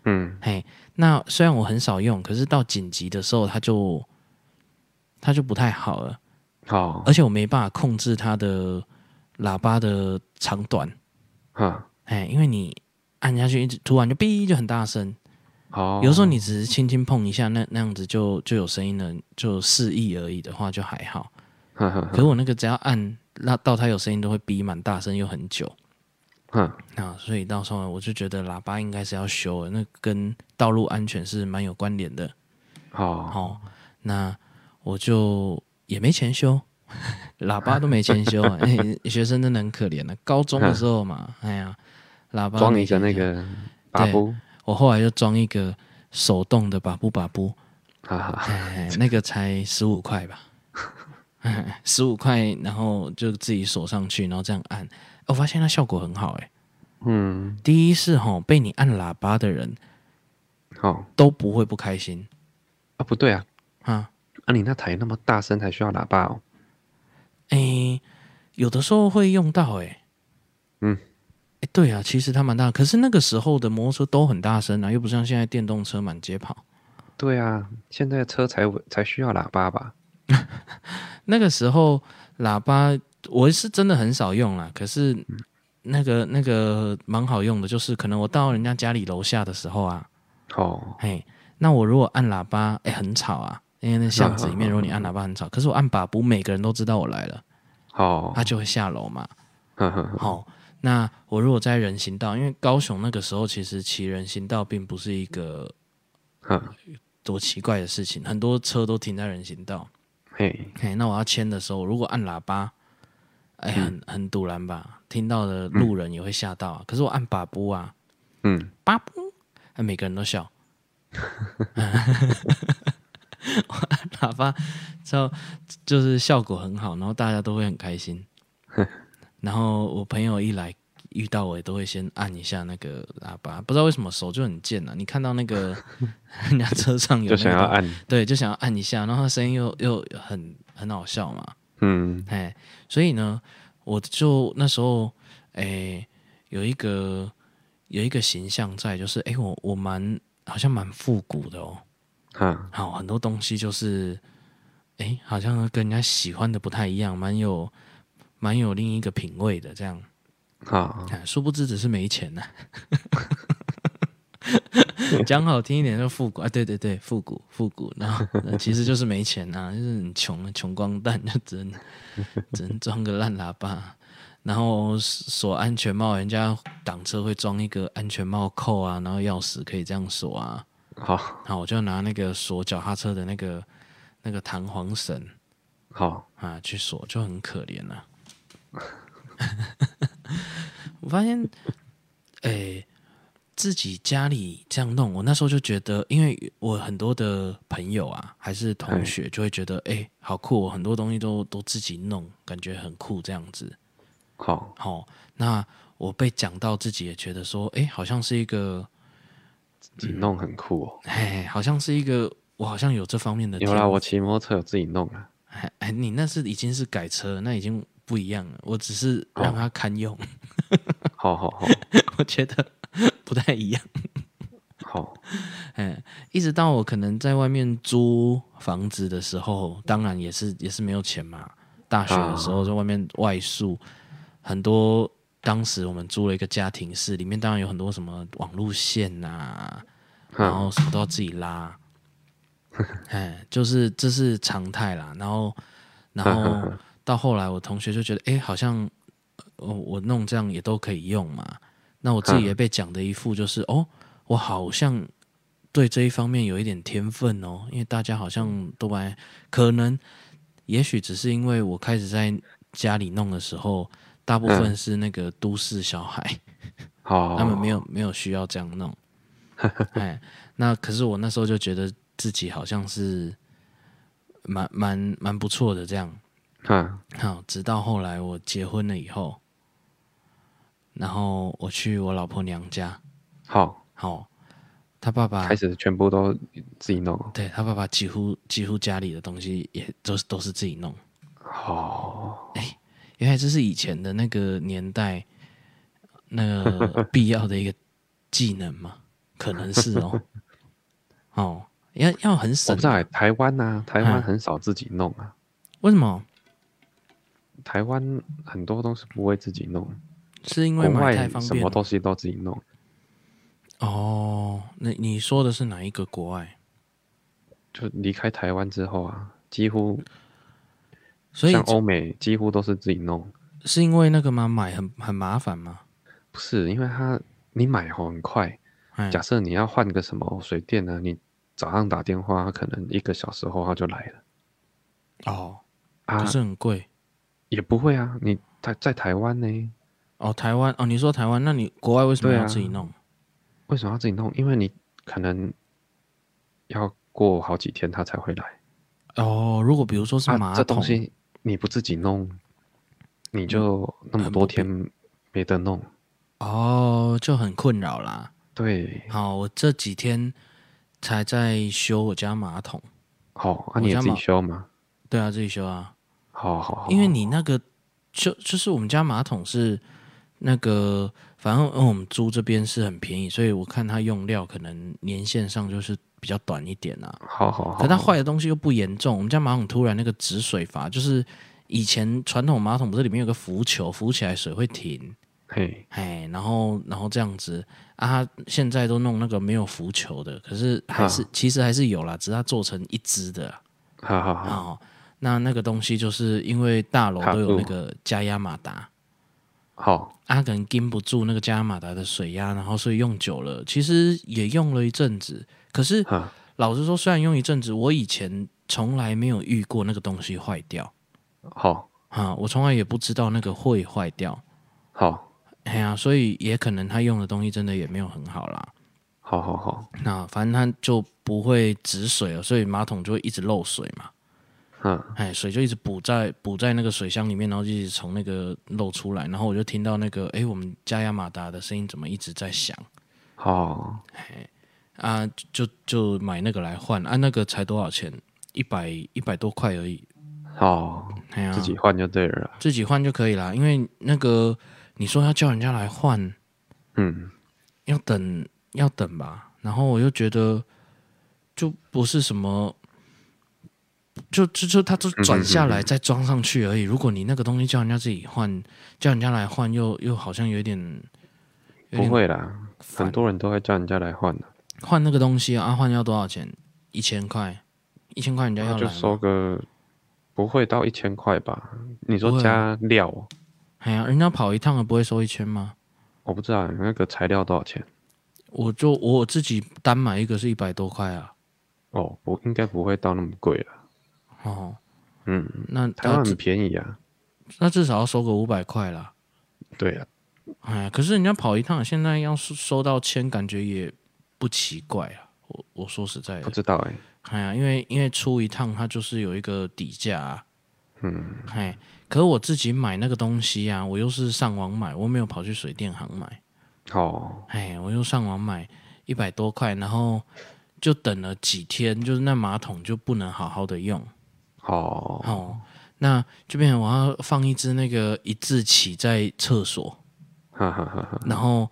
Speaker 2: 嗯
Speaker 1: 嘿，那虽然我很少用，可是到紧急的时候，它就它就不太好了，
Speaker 2: 好，
Speaker 1: 而且我没办法控制它的喇叭的长短，
Speaker 2: 哈，
Speaker 1: 哎，因为你按下去，一直突然就哔就很大声，
Speaker 2: 好，
Speaker 1: 有时候你只是轻轻碰一下，那那样子就就有声音了，就示意而已的话就还好。
Speaker 2: 哈哈
Speaker 1: 可是我那个只要按那到它有声音都会哔蛮大声又很久。
Speaker 2: 哈，
Speaker 1: 啊，所以到时候我就觉得喇叭应该是要修的，那跟道路安全是蛮有关联的。
Speaker 2: 好，
Speaker 1: 哦，那我就也没钱修， 喇叭都没钱修、啊 哎学生真的很可怜的、高中的时候嘛，哎呀，喇叭
Speaker 2: 装
Speaker 1: 没
Speaker 2: 一个
Speaker 1: 钱
Speaker 2: 那
Speaker 1: 修，
Speaker 2: 个巴
Speaker 1: 对
Speaker 2: 布，
Speaker 1: 我后来就装一个手动的把布把布，
Speaker 2: 哈哈，
Speaker 1: 哎，那个才十五块吧，哎十五块，然后就自己锁上去，然后这样按，哦我发现它效果很好、哎，
Speaker 2: 嗯，
Speaker 1: 第一是吼被你按喇叭的人
Speaker 2: 好，
Speaker 1: 都不会不开心
Speaker 2: 啊，不对啊，
Speaker 1: 啊。
Speaker 2: 啊，你那台那么大声，还需要喇叭哦，
Speaker 1: 诶，有的时候会用到、诶。
Speaker 2: 嗯，
Speaker 1: 诶，对啊，其实它蛮大，可是那个时候的摩托车都很大声啊，又不像现在电动车满街跑。
Speaker 2: 对啊，现在的车才才需要喇叭吧？
Speaker 1: 那个时候喇叭我是真的很少用啦，可是那个那个蛮好用的，就是可能我到人家家里楼下的时候啊，
Speaker 2: 哦，
Speaker 1: 嘿，那我如果按喇叭，诶，很吵啊，因为那巷子里面如果你按喇叭很吵，可是我按把不，每个人都知道我来了，
Speaker 2: 好，
Speaker 1: 他就会下楼嘛。
Speaker 2: 哈哈，
Speaker 1: 好、那我如果在人行道，因为高雄那个时候其实骑人行道并不是一个
Speaker 2: 哈，
Speaker 1: 多奇怪的事情，很多车都停在人行道。
Speaker 2: 嘿，
Speaker 1: 嘿，那我要签的时候，如果按喇叭，哎，很很堵然吧，听到的路人也会吓到啊。可是我按把布啊，
Speaker 2: 嗯，
Speaker 1: 把布，哎，每个人都笑。 我按喇叭之后就是效果很好，然后大家都会很开 心。然后我朋友一来遇到我，也都会先按一下那个喇叭，不知道为什么手就很贱啊。你看到那 个人家车上有、那
Speaker 2: 就
Speaker 1: 个，
Speaker 2: 想要按，
Speaker 1: 对，就想要按一下，然后他声音又又很很好笑嘛，
Speaker 2: 嗯，
Speaker 1: 哎，所以呢，我就那时候，哎，有一个有一个形象在，就是哎，我我蛮好像蛮复古的哦，
Speaker 2: 哈，
Speaker 1: 好，很多东西就是，哎，好像跟人家喜欢的不太一样，蛮有蛮有另一个品味的这样，
Speaker 2: 好，
Speaker 1: 哎，殊不知只是没钱呐、 讲好听一点就复古啊，对对对，复古复古，然后呃其实就是没钱啊，就是很穷啊，穷光蛋，就只能只能装个烂喇叭，然后锁安全帽，人家挡车会装一个安全帽扣啊，然后钥匙可以这样锁啊，
Speaker 2: 好，
Speaker 1: 然后我就拿那个锁脚踏车的那个那个弹簧绳
Speaker 2: 好，
Speaker 1: 啊去锁，就很可怜 啊。 我发现，哎、自己家里这样弄，我那时候就觉得，因为我很多的朋友啊，还是同学，就会觉得，哎、好酷、哦，很多东西都都自己弄，感觉很酷这样子。
Speaker 2: 好，
Speaker 1: 好、那我被讲到，自己也觉得说，哎、好像是一个，
Speaker 2: 自己弄很酷哦。
Speaker 1: 哎，好像是一个，我好像有这方面的天
Speaker 2: 有啦，我骑摩托车有自己弄啊。
Speaker 1: 哎哎，你那是已经是改车，那已经不一样了。我只是
Speaker 2: 哦
Speaker 1: 让它堪用，
Speaker 2: 好好好
Speaker 1: 我觉得不太一样。
Speaker 2: 好，
Speaker 1: 哎，一直到我可能在外面租房子的时候，当然也是也是没有钱嘛。大学的时候在外面外宿，很多当时我们租了一个家庭式，里面当然有很多什么网路线啊呐、然
Speaker 2: 哈，
Speaker 1: 后什么都要自己拉。哎，就是这是常态啦。然后，然后到后来，我同学就觉得，哎，好像呃哦，我弄这样也都可以用嘛。那我自己也被讲的一副就是，哦，我好像对这一方面有一点天分哦，因为大家好像都蛮可能，也许只是因为我开始在家里弄的时候，大部分是那个都市小孩，
Speaker 2: 好，
Speaker 1: 他们没有没有需要这样弄。哎，那可是我那时候就觉得自己好像是蛮蛮蛮不错的这样。
Speaker 2: 哈，
Speaker 1: 好，直到后来我结婚了以后，然后我去我老婆娘家，
Speaker 2: 好，
Speaker 1: 好，她爸爸
Speaker 2: 开始全部都自己弄，哦
Speaker 1: 对她爸爸几乎几乎家里的东西也都是都是自己弄。
Speaker 2: 好，
Speaker 1: 哦原来这是以前的那个年代那个必要的一个技能嘛？可能是 哦，哦，要要很
Speaker 2: 我
Speaker 1: 省
Speaker 2: 不知，道欸台湾呐，台湾
Speaker 1: 嗯
Speaker 2: 很少自己弄啊，
Speaker 1: 为什么？
Speaker 2: 台湾很多东西不会自己弄，
Speaker 1: 是因为
Speaker 2: 国
Speaker 1: 买
Speaker 2: 外
Speaker 1: 太方
Speaker 2: 什
Speaker 1: 便
Speaker 2: 么
Speaker 1: 了
Speaker 2: 东西都自己弄，
Speaker 1: 哦。那你说的是哪一个国外？
Speaker 2: 就离开台湾之后啊，几乎
Speaker 1: 所以
Speaker 2: 像欧美几乎都是自己弄，
Speaker 1: 是因为那个吗？买很很麻烦吗？
Speaker 2: 不是因为它你买吼很快，
Speaker 1: 哎
Speaker 2: 假设你要换个什么水电呢，你早上打电话，可能一个小时后它就来了
Speaker 1: 哦，
Speaker 2: 啊
Speaker 1: 可，是很贵、
Speaker 2: 也不会啊，你在在台湾呢，
Speaker 1: 哦。台湾哦，你说台湾，那你国外为什么
Speaker 2: 对
Speaker 1: 要
Speaker 2: 啊
Speaker 1: 自己弄？
Speaker 2: 为什么要自己弄？因为你可能要过好几天它才会来
Speaker 1: 哦，如果比如说是马
Speaker 2: 啊，这
Speaker 1: 桶，
Speaker 2: 东西你不自己弄，你就那么
Speaker 1: 嗯很
Speaker 2: 多
Speaker 1: 不便
Speaker 2: 天没得弄，
Speaker 1: 哦，就很困扰啦。
Speaker 2: 对，
Speaker 1: 好，我这几天才在修我家马桶。
Speaker 2: 好，啊
Speaker 1: 我
Speaker 2: 你也
Speaker 1: 家
Speaker 2: 自己
Speaker 1: 马
Speaker 2: 修嘛，
Speaker 1: 对啊，自己修啊，
Speaker 2: 好好好，
Speaker 1: 因为你那个就就是我们家马桶是那个，反正、嗯、我们租这边是很便宜，所以我看它用料可能年限上就是比较短一点啊。
Speaker 2: 好好好，
Speaker 1: 可它坏的东西又不严重。我们家马桶突然那个止水阀，就是以前传统马桶不是里面有个浮球，浮起来水会停，
Speaker 2: 嘿，
Speaker 1: 哎，然后然后这样子啊，它现在都弄那个没有浮球的，可是还
Speaker 2: 嗯
Speaker 1: 是、其实还是有啦，只是它做成一只的啊、
Speaker 2: 好好好。
Speaker 1: 哦。那那个东西就是因为大楼都有
Speaker 2: 卡住
Speaker 1: 那个加压马达，
Speaker 2: 好，
Speaker 1: 阿、啊、可能禁不住那个加压马达的水压，然后所以用久了，其实也用了一阵子，可是
Speaker 2: 哈，
Speaker 1: 老实说，虽然用一阵子，我以前从来没有遇过那个东西坏掉
Speaker 2: 好，
Speaker 1: 啊，我从来也不知道那个会坏掉。
Speaker 2: 好，
Speaker 1: 哎呀、所以也可能他用的东西真的也没有很好啦。
Speaker 2: 好
Speaker 1: 嗯
Speaker 2: 好好，
Speaker 1: 那反正他就不会止水哦了，所以马桶就会一直漏水嘛。
Speaker 2: 嗯，
Speaker 1: 哎，水就一直补在补在那个水箱里面，然后就一直从那个漏出来。然后我就听到那个，哎，我们加压马达的声音怎么一直在响
Speaker 2: 好，
Speaker 1: 啊？就就买那个来换啊，那个才多少钱？一百一百多块而已。
Speaker 2: 好，
Speaker 1: 哎呀、
Speaker 2: 自己换就对了啦。
Speaker 1: 自己换就可以啦，因为那个你说要叫人家来换，
Speaker 2: 嗯，
Speaker 1: 要等要等吧。然后我又觉得，就不是什么，就就就它就
Speaker 2: 嗯
Speaker 1: 转下来再装上去而已。如果你那个东西叫人家自己换，叫人家来换，又又好像有点有
Speaker 2: 不
Speaker 1: 点
Speaker 2: 会啦，
Speaker 1: 烦
Speaker 2: 很多人都会叫人家来换
Speaker 1: 嗯
Speaker 2: 的，
Speaker 1: 换那个东西啊，换要多少钱？一千块，一千块人家要
Speaker 2: 那啊就
Speaker 1: 来吗？
Speaker 2: 收个不会到一千块吧？你
Speaker 1: 不
Speaker 2: 说
Speaker 1: 会
Speaker 2: 加
Speaker 1: 啊
Speaker 2: 料，
Speaker 1: 哎呀，人家跑一趟了不会收一千吗？
Speaker 2: 我不知道那个材料多少钱
Speaker 1: 我就我自己单买一个是一百多块啊，
Speaker 2: 哦，不应该不会到那么贵了。
Speaker 1: 哦，
Speaker 2: 嗯，
Speaker 1: 那
Speaker 2: 台
Speaker 1: 那
Speaker 2: 湾
Speaker 1: 至
Speaker 2: 很便宜啊。
Speaker 1: 那至少要收个五百块啦。
Speaker 2: 对啊，
Speaker 1: 哎呀，可是人家跑一趟，现在要收收到千，感觉也不奇怪啊。我我说实在
Speaker 2: 不
Speaker 1: 的，
Speaker 2: 知道哎，
Speaker 1: 哎呀，因为因为出一趟它就是有一个底价、啊，
Speaker 2: 嗯，
Speaker 1: 哎，可是我自己买那个东西啊，我又是上网买，我没有跑去水电行买，
Speaker 2: 好，
Speaker 1: 哎，我又上网买一百多块，然后就等了几天，就是那马桶就不能好好的用，
Speaker 2: 好，
Speaker 1: 哦，那就变成我要放一只那个一字起在厕所。
Speaker 2: 哈哈哈哈，
Speaker 1: 然后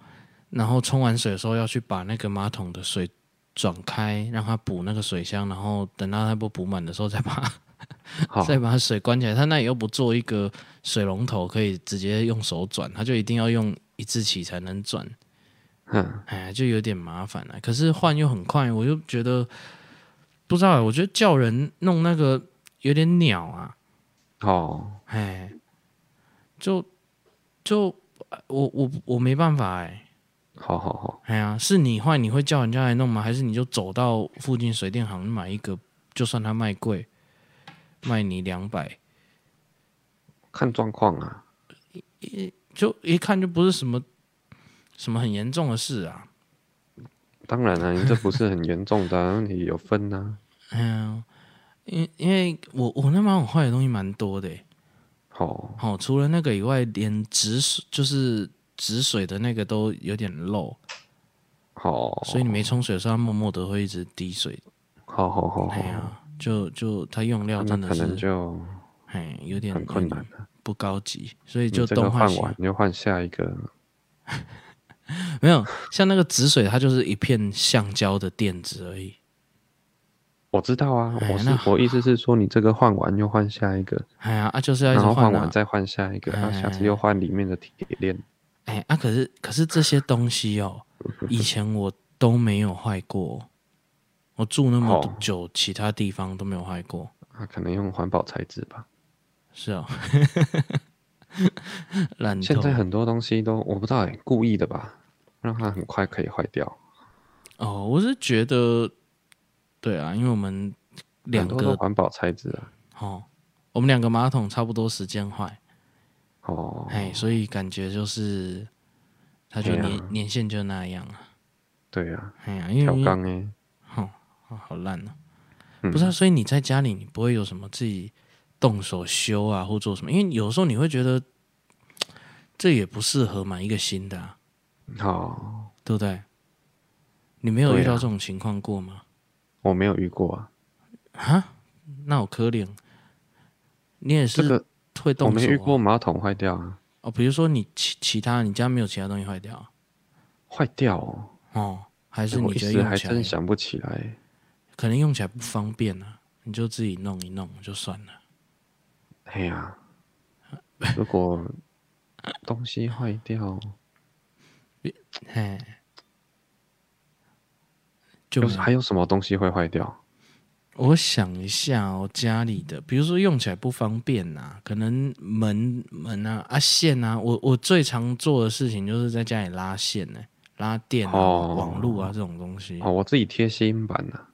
Speaker 1: 然后冲完水的时候要去把那个马桶的水转开，让它补那个水箱，然后等到它不补满的时候再把
Speaker 2: 好
Speaker 1: 再把水关起来。它那里又不做一个水龙头可以直接用手转，它就一定要用一字起才能转，
Speaker 2: 嗯，
Speaker 1: 哎，就有点麻烦了、可是换又很快，我就觉得不知道欸、我觉得叫人弄那个
Speaker 2: 哦
Speaker 1: 有点鸟啊，
Speaker 2: 好，
Speaker 1: 哎，就就我我我没办法哎、
Speaker 2: 好好好，
Speaker 1: 哎呀，是你坏，你会叫人家来弄吗？还是你就走到附近水电行买一个，就算它卖贵，卖你两百，
Speaker 2: 看状况啊。
Speaker 1: 就一看就不是什么什么很严重的事啊。
Speaker 2: 当然啊，你这不是很严重的、啊，问 题有分啊。
Speaker 1: 嗯，因因为我我那帮我坏的东西蛮多的欸，
Speaker 2: 好，
Speaker 1: 好、除了那个以外，连止水就是止水的那个都有点漏，
Speaker 2: 好，
Speaker 1: 所以你没冲水的时候，它默默的会一直滴水。
Speaker 2: 好好好好
Speaker 1: 哎，呀，就就它用料
Speaker 2: 哦那
Speaker 1: 真的
Speaker 2: 可能
Speaker 1: 是，
Speaker 2: 就
Speaker 1: 哎，有点
Speaker 2: 很困难，了。
Speaker 1: 不高级，所以
Speaker 2: 你
Speaker 1: 就
Speaker 2: 这个
Speaker 1: 动画
Speaker 2: 换
Speaker 1: 系
Speaker 2: 完你就换下一个，
Speaker 1: 没有像那个止水，它就是一片橡胶的垫子而已。
Speaker 2: 我知道啊，
Speaker 1: 哎
Speaker 2: 我
Speaker 1: 那
Speaker 2: 是我意思是说，你这个换完又换下一个，
Speaker 1: 哎呀，啊就是要一
Speaker 2: 然
Speaker 1: 直
Speaker 2: 后换
Speaker 1: 换
Speaker 2: 完
Speaker 1: 啊。
Speaker 2: 再换下一个，然后下
Speaker 1: 哎
Speaker 2: 次又换里面的铁链。
Speaker 1: 哎啊，可是可是这些东西哦，以前我都没有坏过，我住那么
Speaker 2: 哦
Speaker 1: 久，其他地方都没有坏过。
Speaker 2: 啊，可能用环保材质吧。
Speaker 1: 是哦， 烂透。
Speaker 2: 现在很多东西都我不知道、欸，故意的吧，让它很快可以坏掉。
Speaker 1: 哦，我是觉得，对啊，因为我们两
Speaker 2: 很多
Speaker 1: 个
Speaker 2: 都环保材质啊。
Speaker 1: 哦，我们两个马桶差不多时间坏，
Speaker 2: 哦，
Speaker 1: 哎，所以感觉就是它就
Speaker 2: 对啊
Speaker 1: 年、年限就那样啊，
Speaker 2: 对啊，
Speaker 1: 哎呀，因
Speaker 2: 调
Speaker 1: 为
Speaker 2: 缸哎，
Speaker 1: 哦好烂哦、
Speaker 2: 嗯
Speaker 1: 不是、啊，所以你在家里你不会有什么自己动手修啊，或做什么，因为有时候你会觉得这也不适合买一个新的、啊，
Speaker 2: 好，
Speaker 1: 对不对？你没有
Speaker 2: 对
Speaker 1: 遇到
Speaker 2: 啊
Speaker 1: 这种情况过吗？
Speaker 2: 我没有遇过啊，
Speaker 1: 啊，那我可怜，你也
Speaker 2: 这
Speaker 1: 是
Speaker 2: 个
Speaker 1: 会动
Speaker 2: 我
Speaker 1: 手、啊
Speaker 2: 没遇过马桶坏掉啊，
Speaker 1: 哦。比如说你其其他你家没有其他东西坏掉啊
Speaker 2: 坏掉哦，
Speaker 1: 哦，还是
Speaker 2: 我
Speaker 1: 你
Speaker 2: 一
Speaker 1: 觉得
Speaker 2: 时
Speaker 1: 用
Speaker 2: 还
Speaker 1: 起来
Speaker 2: 真想不起来。
Speaker 1: 可能用起来不方便啊，你就自己弄一弄就算了。
Speaker 2: 哎呀，如果东西坏掉，
Speaker 1: 嘿，就
Speaker 2: 有
Speaker 1: 没有
Speaker 2: 还有什么东西会坏掉？
Speaker 1: 我想一下哦，家里的，比如说用起来不方便呐、可能门门啊啊线啊，我我最常做的事情就是在家里拉线呢、拉电啊、
Speaker 2: 哦
Speaker 1: 网路啊这种东西。
Speaker 2: 哦，我自己贴新版啊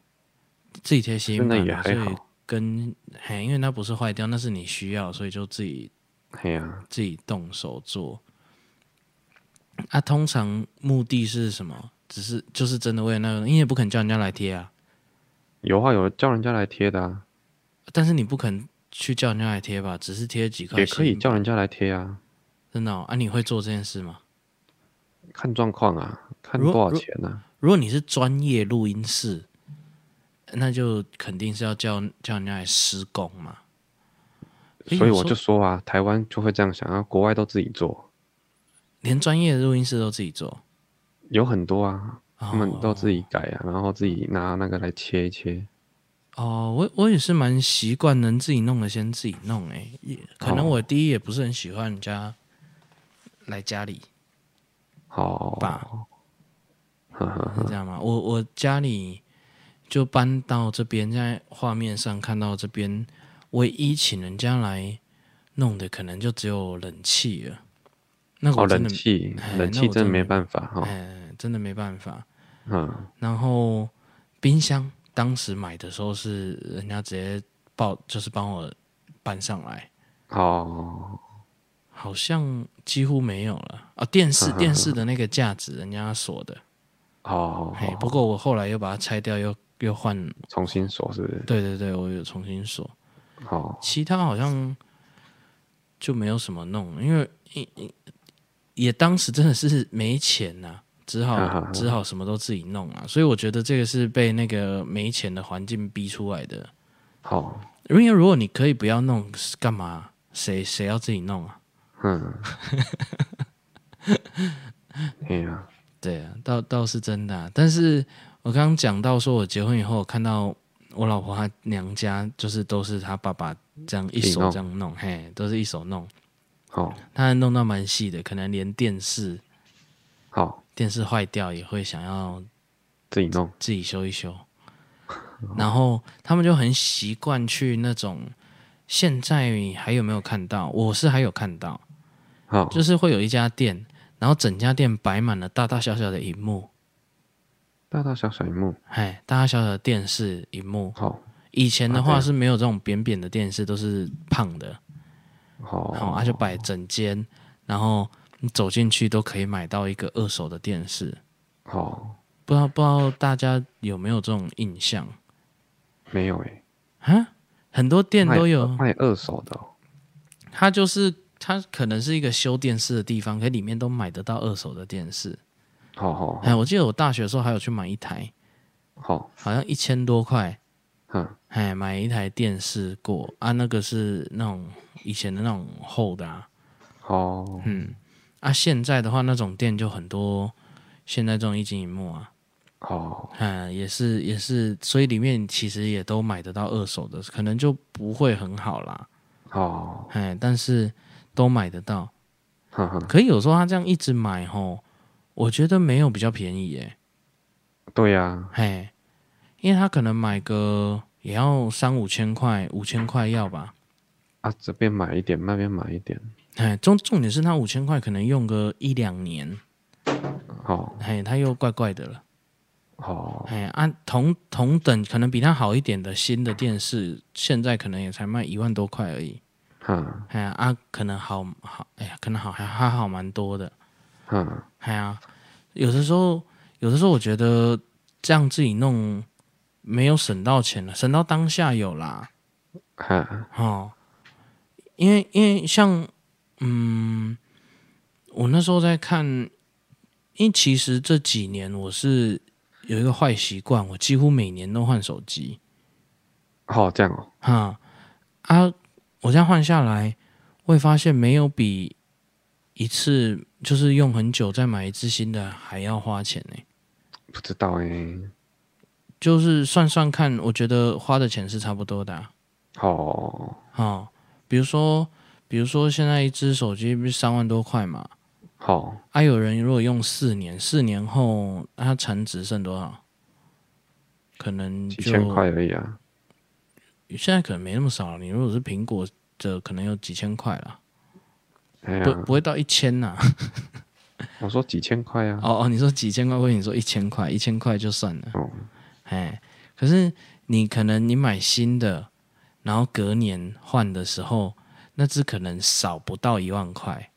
Speaker 2: 的、
Speaker 1: 自己贴心
Speaker 2: 真
Speaker 1: 嘛，
Speaker 2: 的也还
Speaker 1: 所以
Speaker 2: 好
Speaker 1: 跟嘿，因为它不是坏掉，那是你需要，所以就自己
Speaker 2: 哎呀，
Speaker 1: 自己动手做。啊，通常目的是什么？只是就是真的为了那个，因为也不肯叫人家来贴啊，
Speaker 2: 有啊，有叫人家来贴的啊，
Speaker 1: 但是你不肯去叫人家来贴吧，只是贴几块
Speaker 2: 也可以
Speaker 1: 新
Speaker 2: 叫人家来贴啊。
Speaker 1: 真的、哦、啊？你会做这件事吗？
Speaker 2: 看状况啊，看
Speaker 1: 如
Speaker 2: 多
Speaker 1: 果
Speaker 2: 少钱啊呢、
Speaker 1: 如果你是专业录音室，那就肯定是要叫叫人家来施工嘛。诶
Speaker 2: 所以
Speaker 1: 有
Speaker 2: 我
Speaker 1: 时候
Speaker 2: 就说啊，台湾就会这样想，啊，国外都自己做，
Speaker 1: 连专业的录音室都自己做，
Speaker 2: 有很多啊，
Speaker 1: 他
Speaker 2: 他们都自己改啊，然后自己拿那个来切一切。
Speaker 1: 哦，我我也是蛮习惯能自己弄的先自己弄、欸，也可能
Speaker 2: 哦
Speaker 1: 我第一也不是很喜欢人家来家里，
Speaker 2: 好，
Speaker 1: 吧
Speaker 2: 呵呵
Speaker 1: 你知道吗？我我家里就搬到这边，在画面上看到这边，唯一请人家来弄的，可能就只有冷气了。那个
Speaker 2: 哦，
Speaker 1: 我真
Speaker 2: 冷
Speaker 1: 的，
Speaker 2: 气哦
Speaker 1: 哎，
Speaker 2: 冷
Speaker 1: 那
Speaker 2: 气
Speaker 1: 我
Speaker 2: 真
Speaker 1: 真
Speaker 2: 的没
Speaker 1: 没
Speaker 2: 办法哈、
Speaker 1: 哎、真的没办法。
Speaker 2: 嗯，
Speaker 1: 然后冰箱当时买的时候是人家直接报，就是帮我搬上来。
Speaker 2: 哦，
Speaker 1: 好像几乎没有了啊。电 视电视的那个架子，人家锁的。哎，
Speaker 2: 哦，
Speaker 1: 不过我后来又把它拆掉，又又换。
Speaker 2: 重新锁是不是？
Speaker 1: 对对对，我有重新锁。
Speaker 2: 哦，
Speaker 1: 其他好像就没有什么弄，因为因因也当时真的是没钱呐、只好只好什么都自己弄啊。所以我觉得这个是被那个没钱的环境逼出来的。
Speaker 2: 好，
Speaker 1: 因为如果你可以不要弄，干嘛？谁谁要自己弄啊？
Speaker 2: 嗯，哎呀，
Speaker 1: 对啊，倒倒是真的啊、但是我刚刚讲到说，我结婚以后我看到我老婆她娘家就是都是她爸爸这样一
Speaker 2: 自己
Speaker 1: 手
Speaker 2: 弄
Speaker 1: 这样弄，嘿，都是一手弄，
Speaker 2: 好，
Speaker 1: 她还弄到蛮细的，可能连电视
Speaker 2: 好，
Speaker 1: 电视坏掉也会想要
Speaker 2: 自己弄，
Speaker 1: 自己修一修。然后他们就很习惯去那种，现在还有没有看到？我是还有看到，
Speaker 2: 好，
Speaker 1: 就是会有一家店，然后整家店摆满了大大小小的荧幕，
Speaker 2: 大大小小一幕，
Speaker 1: 哎，大大小小的电视荧幕。
Speaker 2: 好，
Speaker 1: 以前的
Speaker 2: 啊对
Speaker 1: 话
Speaker 2: 啊
Speaker 1: 是没有这种扁扁的电视，都是胖的，
Speaker 2: 好，
Speaker 1: 然后啊它就摆整间，然后你走进去都可以买到一个二手的电视。
Speaker 2: 好，
Speaker 1: 不知道不知道大家有没有这种印象
Speaker 2: 没有诶，
Speaker 1: 啊？很多店
Speaker 2: 卖
Speaker 1: 都有，
Speaker 2: 卖二手的哦，
Speaker 1: 它就是它可能是一个修电视的地方，可里面都买得到二手的电视。
Speaker 2: 好哦好
Speaker 1: 哎，我记得我大学的时候还有去买一台，
Speaker 2: 好，
Speaker 1: 好像一千多块，
Speaker 2: 嗯，
Speaker 1: 哎，买一台电视过啊，那个是那种以前的那种厚的啊，
Speaker 2: 好，
Speaker 1: 嗯，啊，现在的话那种店就很多，现在这种一金一幕啊，
Speaker 2: 好，
Speaker 1: 嗯，也是也是，所以里面其实也都买得到二手的，可能就不会很好啦，
Speaker 2: 好，
Speaker 1: 哎，但是都买得到。
Speaker 2: 哼哼，
Speaker 1: 可有时候他这样一直买吼，我觉得没有比较便宜耶、
Speaker 2: 对啊呀，
Speaker 1: 嘿，因为他可能买个也要三五千块，五千块要吧。
Speaker 2: 啊，这边买一点，那边买一点，
Speaker 1: 哎，重重点是他五千块可能用个一两年，
Speaker 2: 好，
Speaker 1: 哎，他又怪怪的了。
Speaker 2: 好，
Speaker 1: 哎，按、同同等可能比他好一点的新的电视，现在可能也才卖一万多块而已。
Speaker 2: 哼
Speaker 1: 哎呀啊，可能好好，哎呀，可能好还还好蛮多的。
Speaker 2: 哼，
Speaker 1: 哎呀，有的时候，有的时候我觉得这样自己弄没有省到钱了，省到当下有啦，
Speaker 2: 哈，
Speaker 1: 哦，因为因为像嗯，我那时候在看，因为其实这几年我是有一个坏习惯，我几乎每年都换手机，
Speaker 2: 好，这样哦，
Speaker 1: 哈啊，我这样换下来，我也发现没有比一次就是用很久再买一次新的还要花钱呢、
Speaker 2: 不知道欸诶，
Speaker 1: 就是算算看，我觉得花的钱是差不多的、啊。
Speaker 2: 好，
Speaker 1: 哦，比如说，比如说现在一只手机不是三万多块嘛？
Speaker 2: 好，
Speaker 1: 啊，有人如果用四年，四年后那它残值剩多少？可能
Speaker 2: 几
Speaker 1: 就
Speaker 2: 千块而已啊，
Speaker 1: 现在可能没那么少了。你如果是苹果的，可能有几千块啦，
Speaker 2: 哎
Speaker 1: 不
Speaker 2: 呀，
Speaker 1: 不会到一千呐。
Speaker 2: 我说几千块啊，
Speaker 1: 哦哦，你说几千块，我以为你说一千块，一千块就算了。
Speaker 2: 哦，
Speaker 1: 哎，可是你可能你买新的，然后隔年换的时候，那只可能少不到一万块，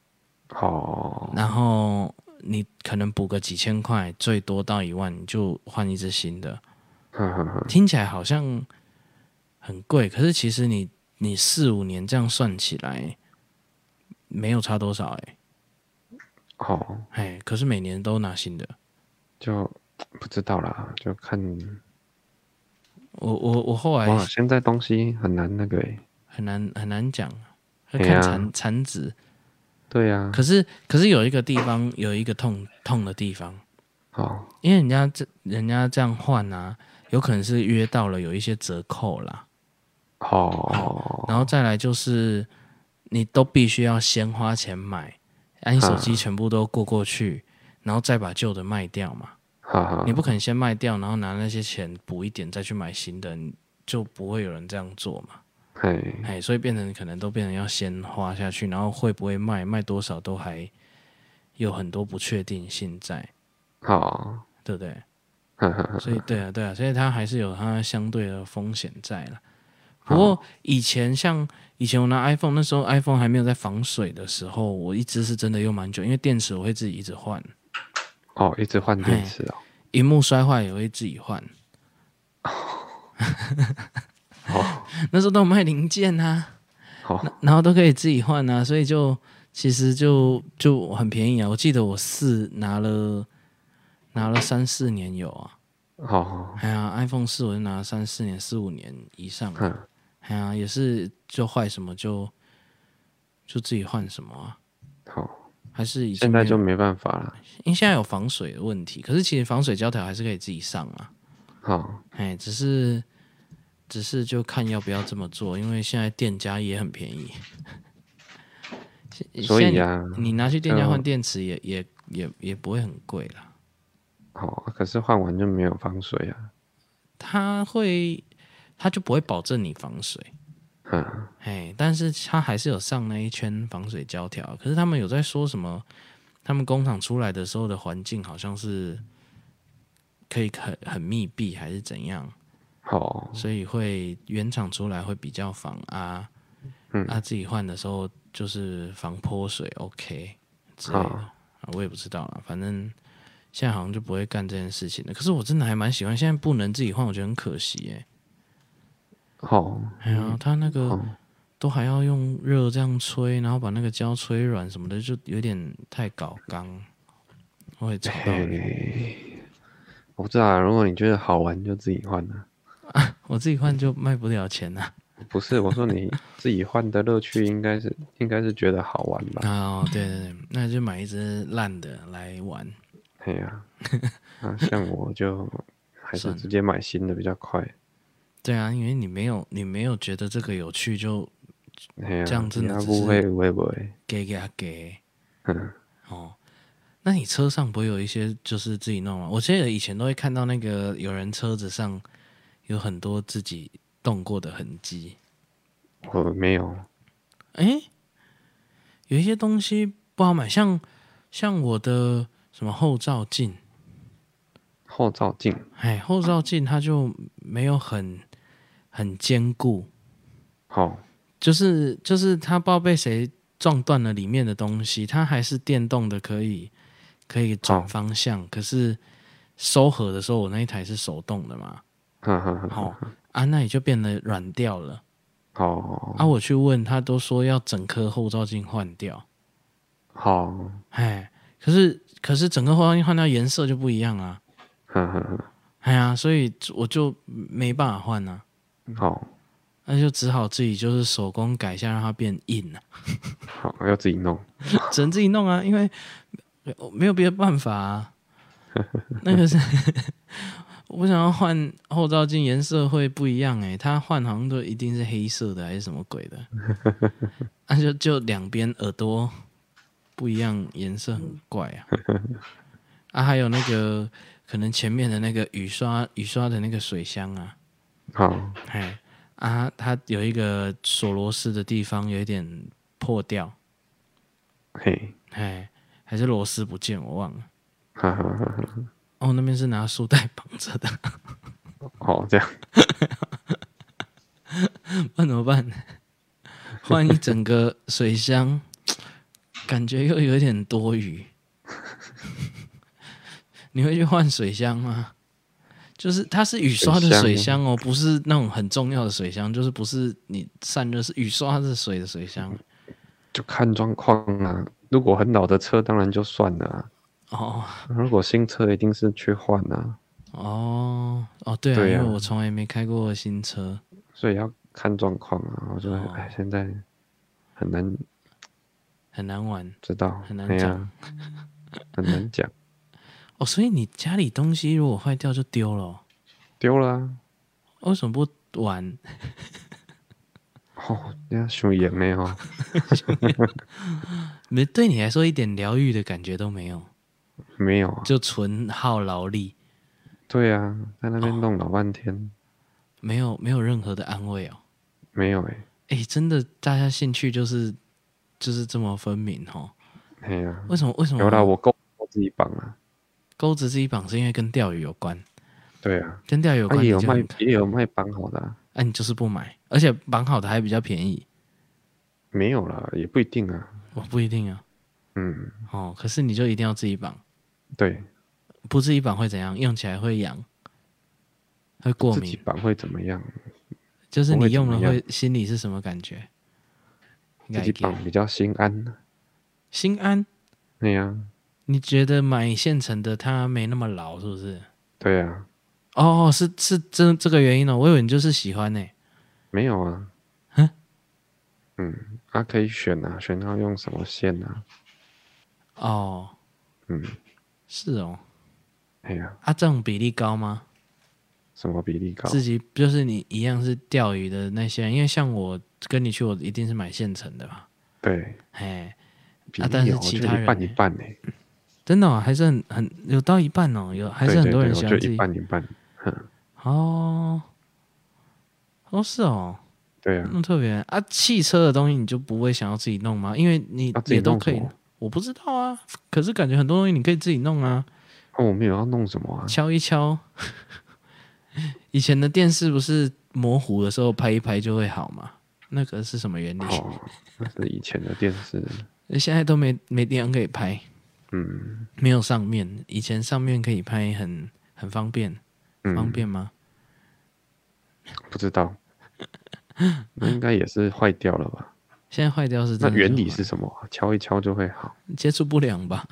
Speaker 2: 好，
Speaker 1: 然后你可能补个几千块，最多到一万，你就换一只新的。
Speaker 2: 哼哼哼，
Speaker 1: 听起来好像很贵，可是其实你你四五年这样算起来，没有差多少哎、
Speaker 2: 好。
Speaker 1: 哎，可是每年都拿新的。
Speaker 2: 就不知道啦，就看
Speaker 1: 我我我后来
Speaker 2: 哇，现在东西很难那个欸诶、
Speaker 1: 很难很难讲，会
Speaker 2: 哎呀
Speaker 1: 看残残值。
Speaker 2: 对啊呀、
Speaker 1: 可是可是有一个地方有一个痛痛的地方，
Speaker 2: 好
Speaker 1: 因为人家这人家这样换啊，有可能是约到了有一些折扣啦，
Speaker 2: 好
Speaker 1: 然后再来就是你都必须要先花钱买，啊，你手机全部都过过去，然后再把旧的卖掉嘛，
Speaker 2: 哈哈
Speaker 1: 你，不肯先卖掉，然后拿那些钱补一点再去买新的，你就不会有人这样做嘛，
Speaker 2: 嘿，
Speaker 1: 哎，所以变成可能都变成要先花下去，然后会不会卖，卖多少都还有很多不确定性在。
Speaker 2: 好，
Speaker 1: 对不对？
Speaker 2: 哈哈，
Speaker 1: 所以对啊，对啊，所以它还是有它相对的风险在了。不过以前像以前我拿 iPhone 那时候，iPhone 还没有在防水的时候，我一直是真的用蛮久，因为电池我会自己一直换，
Speaker 2: 哦，一直换电池哦，
Speaker 1: 荧幕摔坏也会自己换。
Speaker 2: 哦，
Speaker 1: 那时候都有卖零件啊，
Speaker 2: 好，
Speaker 1: 然后都可以自己换啊，所以就其实就就很便宜啊。我记得我四拿了拿了三四年有啊，
Speaker 2: 好，
Speaker 1: 哎呀，iPhone 四我就拿了三四年、四五年以上、啊。
Speaker 2: 哼，
Speaker 1: 哎呀，也是就坏什么就就自己换什么啊，
Speaker 2: 好，
Speaker 1: 还是已经
Speaker 2: 现在就
Speaker 1: 没有
Speaker 2: 没办法了，
Speaker 1: 因为现在有防水的问题，可是其实防水胶条还是可以自己上啊，
Speaker 2: 好，
Speaker 1: 哎，只是只是就看要不要这么做，因为现在店家也很便宜，现
Speaker 2: 所以啊
Speaker 1: 现在
Speaker 2: 呀、
Speaker 1: 你你拿去店家换
Speaker 2: 就
Speaker 1: 电池也也也也不会很贵啦，
Speaker 2: 好，可是换完就没有防水啊，
Speaker 1: 它会它就不会保证你防水，
Speaker 2: 嗯，
Speaker 1: 哎，但是他还是有上那一圈防水胶条。可是他们有在说什么？他们工厂出来的时候的环境好像是可以很很密闭，还是怎样？
Speaker 2: 好，
Speaker 1: 所以会原厂出来会比较防啊，
Speaker 2: 嗯
Speaker 1: 啊自己换的时候就是防泼水，OK 之类的
Speaker 2: 好
Speaker 1: 啊，我也不知道啦，反正现在好像就不会干这件事情了。可是我真的还蛮喜欢，现在不能自己换，我觉得很可惜耶、
Speaker 2: 好，
Speaker 1: 哎呀，他那个
Speaker 2: 嗯好，
Speaker 1: 都还要用热这样吹，然后把那个胶吹软什么的，就有点太搞刚，我会吵到人。
Speaker 2: 嘿，我不知道啊，如果你觉得好玩就自己换啊。
Speaker 1: 我自己换就卖不了钱呐、
Speaker 2: 不是，我说你自己换的乐趣应该是 应该是觉得好玩吧？
Speaker 1: 哦，对对对，那就买一只烂的来玩。
Speaker 2: 哎呀、啊，像我就还是
Speaker 1: 算了
Speaker 2: 直接买新的比较快。
Speaker 1: 对啊，因为你没有你没有觉得这个有趣，就
Speaker 2: 哎呀、
Speaker 1: 这样真的
Speaker 2: 你
Speaker 1: 只
Speaker 2: 要不
Speaker 1: 是
Speaker 2: 会会不会？
Speaker 1: 给给他给
Speaker 2: 嗯，
Speaker 1: 哦。那你车上不会有一些就是自己弄吗？我记得以前都会看到那个有人车子上有很多自己动过的痕迹。
Speaker 2: 我没有。
Speaker 1: 诶，有一些东西不好买，像像我的什么后照镜，
Speaker 2: 后照镜
Speaker 1: 哎，后照镜它就没有很很坚固，
Speaker 2: 好、
Speaker 1: 就是就是它不知道被谁撞断了里面的东西，它还是电动的，可以可以转
Speaker 2: 好
Speaker 1: 方向，可是收合的时候我那一台是手动的嘛，
Speaker 2: 哈哈哈，
Speaker 1: 好、啊，那也就变得软掉了。
Speaker 2: 好，
Speaker 1: 啊，我去问他都说要整颗后照镜换掉，
Speaker 2: 好，
Speaker 1: 哎，可是可是整个后照镜换掉颜色就不一样啊，
Speaker 2: 哈哈哈，
Speaker 1: 哎呀，所以我就没办法换啊。
Speaker 2: 好，
Speaker 1: 那就只好自己就是手工改一下，让它变硬啊了、
Speaker 2: 好，要自己弄。
Speaker 1: 只能自己弄啊，因为没有别的办法啊。那个是 我不想要换后照镜，颜色会不一样诶、它换好像都一定是黑色的还是什么鬼的，那、就就两边耳朵不一样，颜色很怪啊。啊，还有那个可能前面的那个雨刷雨刷的那个水箱啊，
Speaker 2: 好，
Speaker 1: 哎啊，它有一个锁螺丝的地方有一点破掉，
Speaker 2: 嘿，
Speaker 1: 哎，还是螺丝不见，我忘了。
Speaker 2: 哈哈哈哈，
Speaker 1: 哦，那边是拿束带绑着的，
Speaker 2: 好，这样，
Speaker 1: 那怎么办？换一整个水箱，感觉又有点多余。你会去换水箱吗？就是它是雨刷的水
Speaker 2: 水
Speaker 1: 箱
Speaker 2: 箱
Speaker 1: 哦，不是那种很重要的水箱，就是不是你散热是雨刷的水的水箱
Speaker 2: 就看状况啊。如果很老的车，当然就算了、啊；
Speaker 1: 哦
Speaker 2: 如果新车，一定是去换啊。
Speaker 1: 哦哦，对啊，
Speaker 2: 对
Speaker 1: 因
Speaker 2: 啊
Speaker 1: 为我从来没开过新车，
Speaker 2: 所以要看状况啊。我觉得，
Speaker 1: 哦
Speaker 2: 哎，现在很难
Speaker 1: 很难玩
Speaker 2: 知道，
Speaker 1: 很难
Speaker 2: 哎呀
Speaker 1: 讲
Speaker 2: 很难讲。
Speaker 1: 哦。所以你家里东西如果坏掉就丢了哦、
Speaker 2: 丢了、啊，
Speaker 1: 为什么不玩？
Speaker 2: 哦，人家熊也没有，啊
Speaker 1: 没对你来说一点疗愈的感觉都没有，
Speaker 2: 没有啊。
Speaker 1: 就纯耗劳力，
Speaker 2: 对啊，在那边弄老半天，
Speaker 1: 没有没有任何的安慰哦。
Speaker 2: 没有哎、
Speaker 1: 哎，真的，大家兴趣就是就是这么分明哦。
Speaker 2: 哎呀、
Speaker 1: 为什么为什么
Speaker 2: 有啦，我够我自己绑啊了、
Speaker 1: 钩子自己绑是因为跟钓鱼有关，
Speaker 2: 对啊，
Speaker 1: 跟钓鱼有
Speaker 2: 他、
Speaker 1: 关
Speaker 2: 也
Speaker 1: 你
Speaker 2: 有
Speaker 1: 就
Speaker 2: 卖
Speaker 1: 很
Speaker 2: 也有卖绑好的、啊，
Speaker 1: 哎、你就是不买，而且绑好的还比较便宜，
Speaker 2: 没有啦，也不一定啊。
Speaker 1: 我不一定啊。
Speaker 2: 嗯，
Speaker 1: 哦，可是你就一定要自己绑。
Speaker 2: 对，
Speaker 1: 不自己绑会怎样？用起来会痒，会过
Speaker 2: 自己
Speaker 1: 敏，
Speaker 2: 绑会怎么样？
Speaker 1: 就是你用了
Speaker 2: 不会怎么
Speaker 1: 会心里是什么感觉？应
Speaker 2: 自
Speaker 1: 该
Speaker 2: 己绑比较心安啊。
Speaker 1: 心安。
Speaker 2: 对呀、
Speaker 1: 你觉得买现成的它没那么牢，是不是？
Speaker 2: 对呀、啊，
Speaker 1: 哦，是是这这个原因哦。我以为你就是喜欢呢、
Speaker 2: 没有啊
Speaker 1: 嗯。
Speaker 2: 嗯，啊，可以选啊，选要用什么线啊？
Speaker 1: 哦，
Speaker 2: 嗯，
Speaker 1: 是哦。
Speaker 2: 哎呀、
Speaker 1: 啊，这种比例高吗？
Speaker 2: 什么比例高？
Speaker 1: 自己就是你一样是钓鱼的那些人，因为像我跟你去，我一定是买现成的嘛。
Speaker 2: 对，
Speaker 1: 哎，
Speaker 2: 比
Speaker 1: 啊但
Speaker 2: 例、
Speaker 1: 是
Speaker 2: 哦，我
Speaker 1: 其
Speaker 2: 觉
Speaker 1: 他
Speaker 2: 得
Speaker 1: 人
Speaker 2: 一半
Speaker 1: 呢
Speaker 2: 一半欸呢、
Speaker 1: 真的、哦、还是很很有到一半哦，有还
Speaker 2: 对
Speaker 1: 是很
Speaker 2: 对
Speaker 1: 多
Speaker 2: 对
Speaker 1: 人喜
Speaker 2: 我
Speaker 1: 欢
Speaker 2: 觉
Speaker 1: 自
Speaker 2: 得一
Speaker 1: 己
Speaker 2: 半一半。哼，
Speaker 1: 哦，哦是哦，
Speaker 2: 对啊
Speaker 1: 那，么特别啊！汽车的东西你就不会想要自己弄吗？因为你
Speaker 2: 要自己
Speaker 1: 也都
Speaker 2: 弄
Speaker 1: 可
Speaker 2: 什
Speaker 1: 以
Speaker 2: 么，
Speaker 1: 我不知道啊。可是感觉很多东西你可以自己弄啊，
Speaker 2: 那哦我们有要弄什么 啊？
Speaker 1: 敲一敲。以前的电视不是模糊的时候拍一拍就会好吗？那个是什么原理？
Speaker 2: 哦，那是以前的电视，
Speaker 1: 现在都没没地方可以拍，
Speaker 2: 嗯
Speaker 1: 没有上面。以前上面可以拍很很方便，
Speaker 2: 嗯，
Speaker 1: 方便吗？
Speaker 2: 不 知道，那应该也是坏掉了吧？
Speaker 1: 现在坏掉是
Speaker 2: 那
Speaker 1: 真的
Speaker 2: 原
Speaker 1: 就
Speaker 2: 理
Speaker 1: 坏
Speaker 2: 是什么啊？敲一敲就会好。
Speaker 1: 接触不良吧？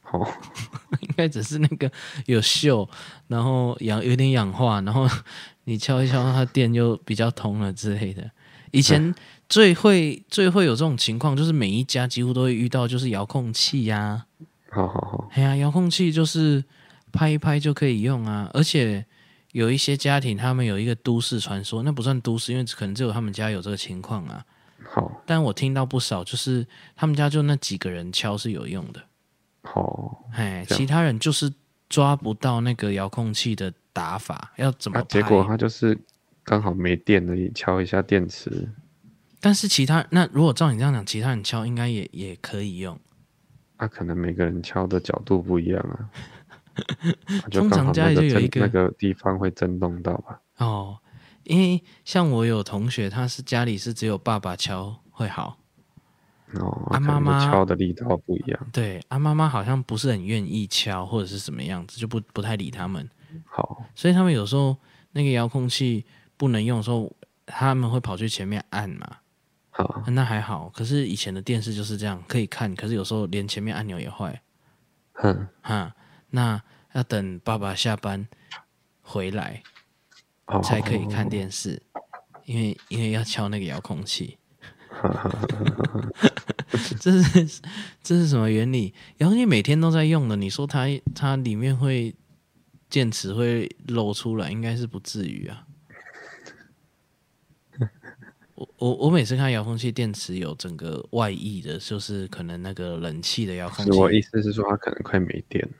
Speaker 2: 好、
Speaker 1: 应该只是那个有锈，然后氧有点氧化，然后你敲一敲，它电就比较通了之类的。以前最会最会有这种情况，就是每一家几乎都会遇到，就是遥控器呀、
Speaker 2: 好好好，
Speaker 1: 哎呀，遥控器就是拍一拍就可以用啊，而且有一些家庭他们有一个都市传说，那不算都市，因为可能只有他们家有这个情况啊。
Speaker 2: 好，
Speaker 1: 但我听到不少，就是他们家就那几个人敲是有用的，
Speaker 2: 好，
Speaker 1: 哎，
Speaker 2: 这样
Speaker 1: 其他人就是抓不到那个遥控器的打法，要怎么
Speaker 2: 那、
Speaker 1: 拍？
Speaker 2: 啊结果它就是刚好没电了，你敲一下电池，
Speaker 1: 但是其他那如果照你这样讲，其他人敲应该也也可以用。
Speaker 2: 那、啊可能每个人敲的角度不一样 啊，啊就
Speaker 1: 通
Speaker 2: 刚
Speaker 1: 常
Speaker 2: 好
Speaker 1: 家
Speaker 2: 那
Speaker 1: 里就
Speaker 2: 个
Speaker 1: 有
Speaker 2: 震
Speaker 1: 一个
Speaker 2: 那个地方会震动到吧？
Speaker 1: 哦，因为像我有同学，他是家里是只有爸爸敲会好，
Speaker 2: 哦，
Speaker 1: 啊
Speaker 2: 可
Speaker 1: 妈
Speaker 2: 能就
Speaker 1: 妈
Speaker 2: 敲的力道不一样。
Speaker 1: 对啊，妈妈好像不是很愿意敲或者是什么样子，就不不太理他们，
Speaker 2: 好，
Speaker 1: 所以他们有时候那个遥控器不能用的时候，他们会跑去前面按嘛。
Speaker 2: 好，
Speaker 1: 那还好，可是以前的电视就是这样，可以看，可是有时候连前面按钮也坏。
Speaker 2: 哼，
Speaker 1: 哈，那要等爸爸下班回来
Speaker 2: 好，
Speaker 1: 才可以看电视，因为因为要敲那个遥控器。 这是这是什么原理？遥控器每天都在用的，你说它它里面会电池会漏出来，应该是不至于啊。我我我每次看遥控器电池有整个外溢的，就是可能那个冷气的遥控
Speaker 2: 是
Speaker 1: 器，
Speaker 2: 我意思是说，它可能快没电了。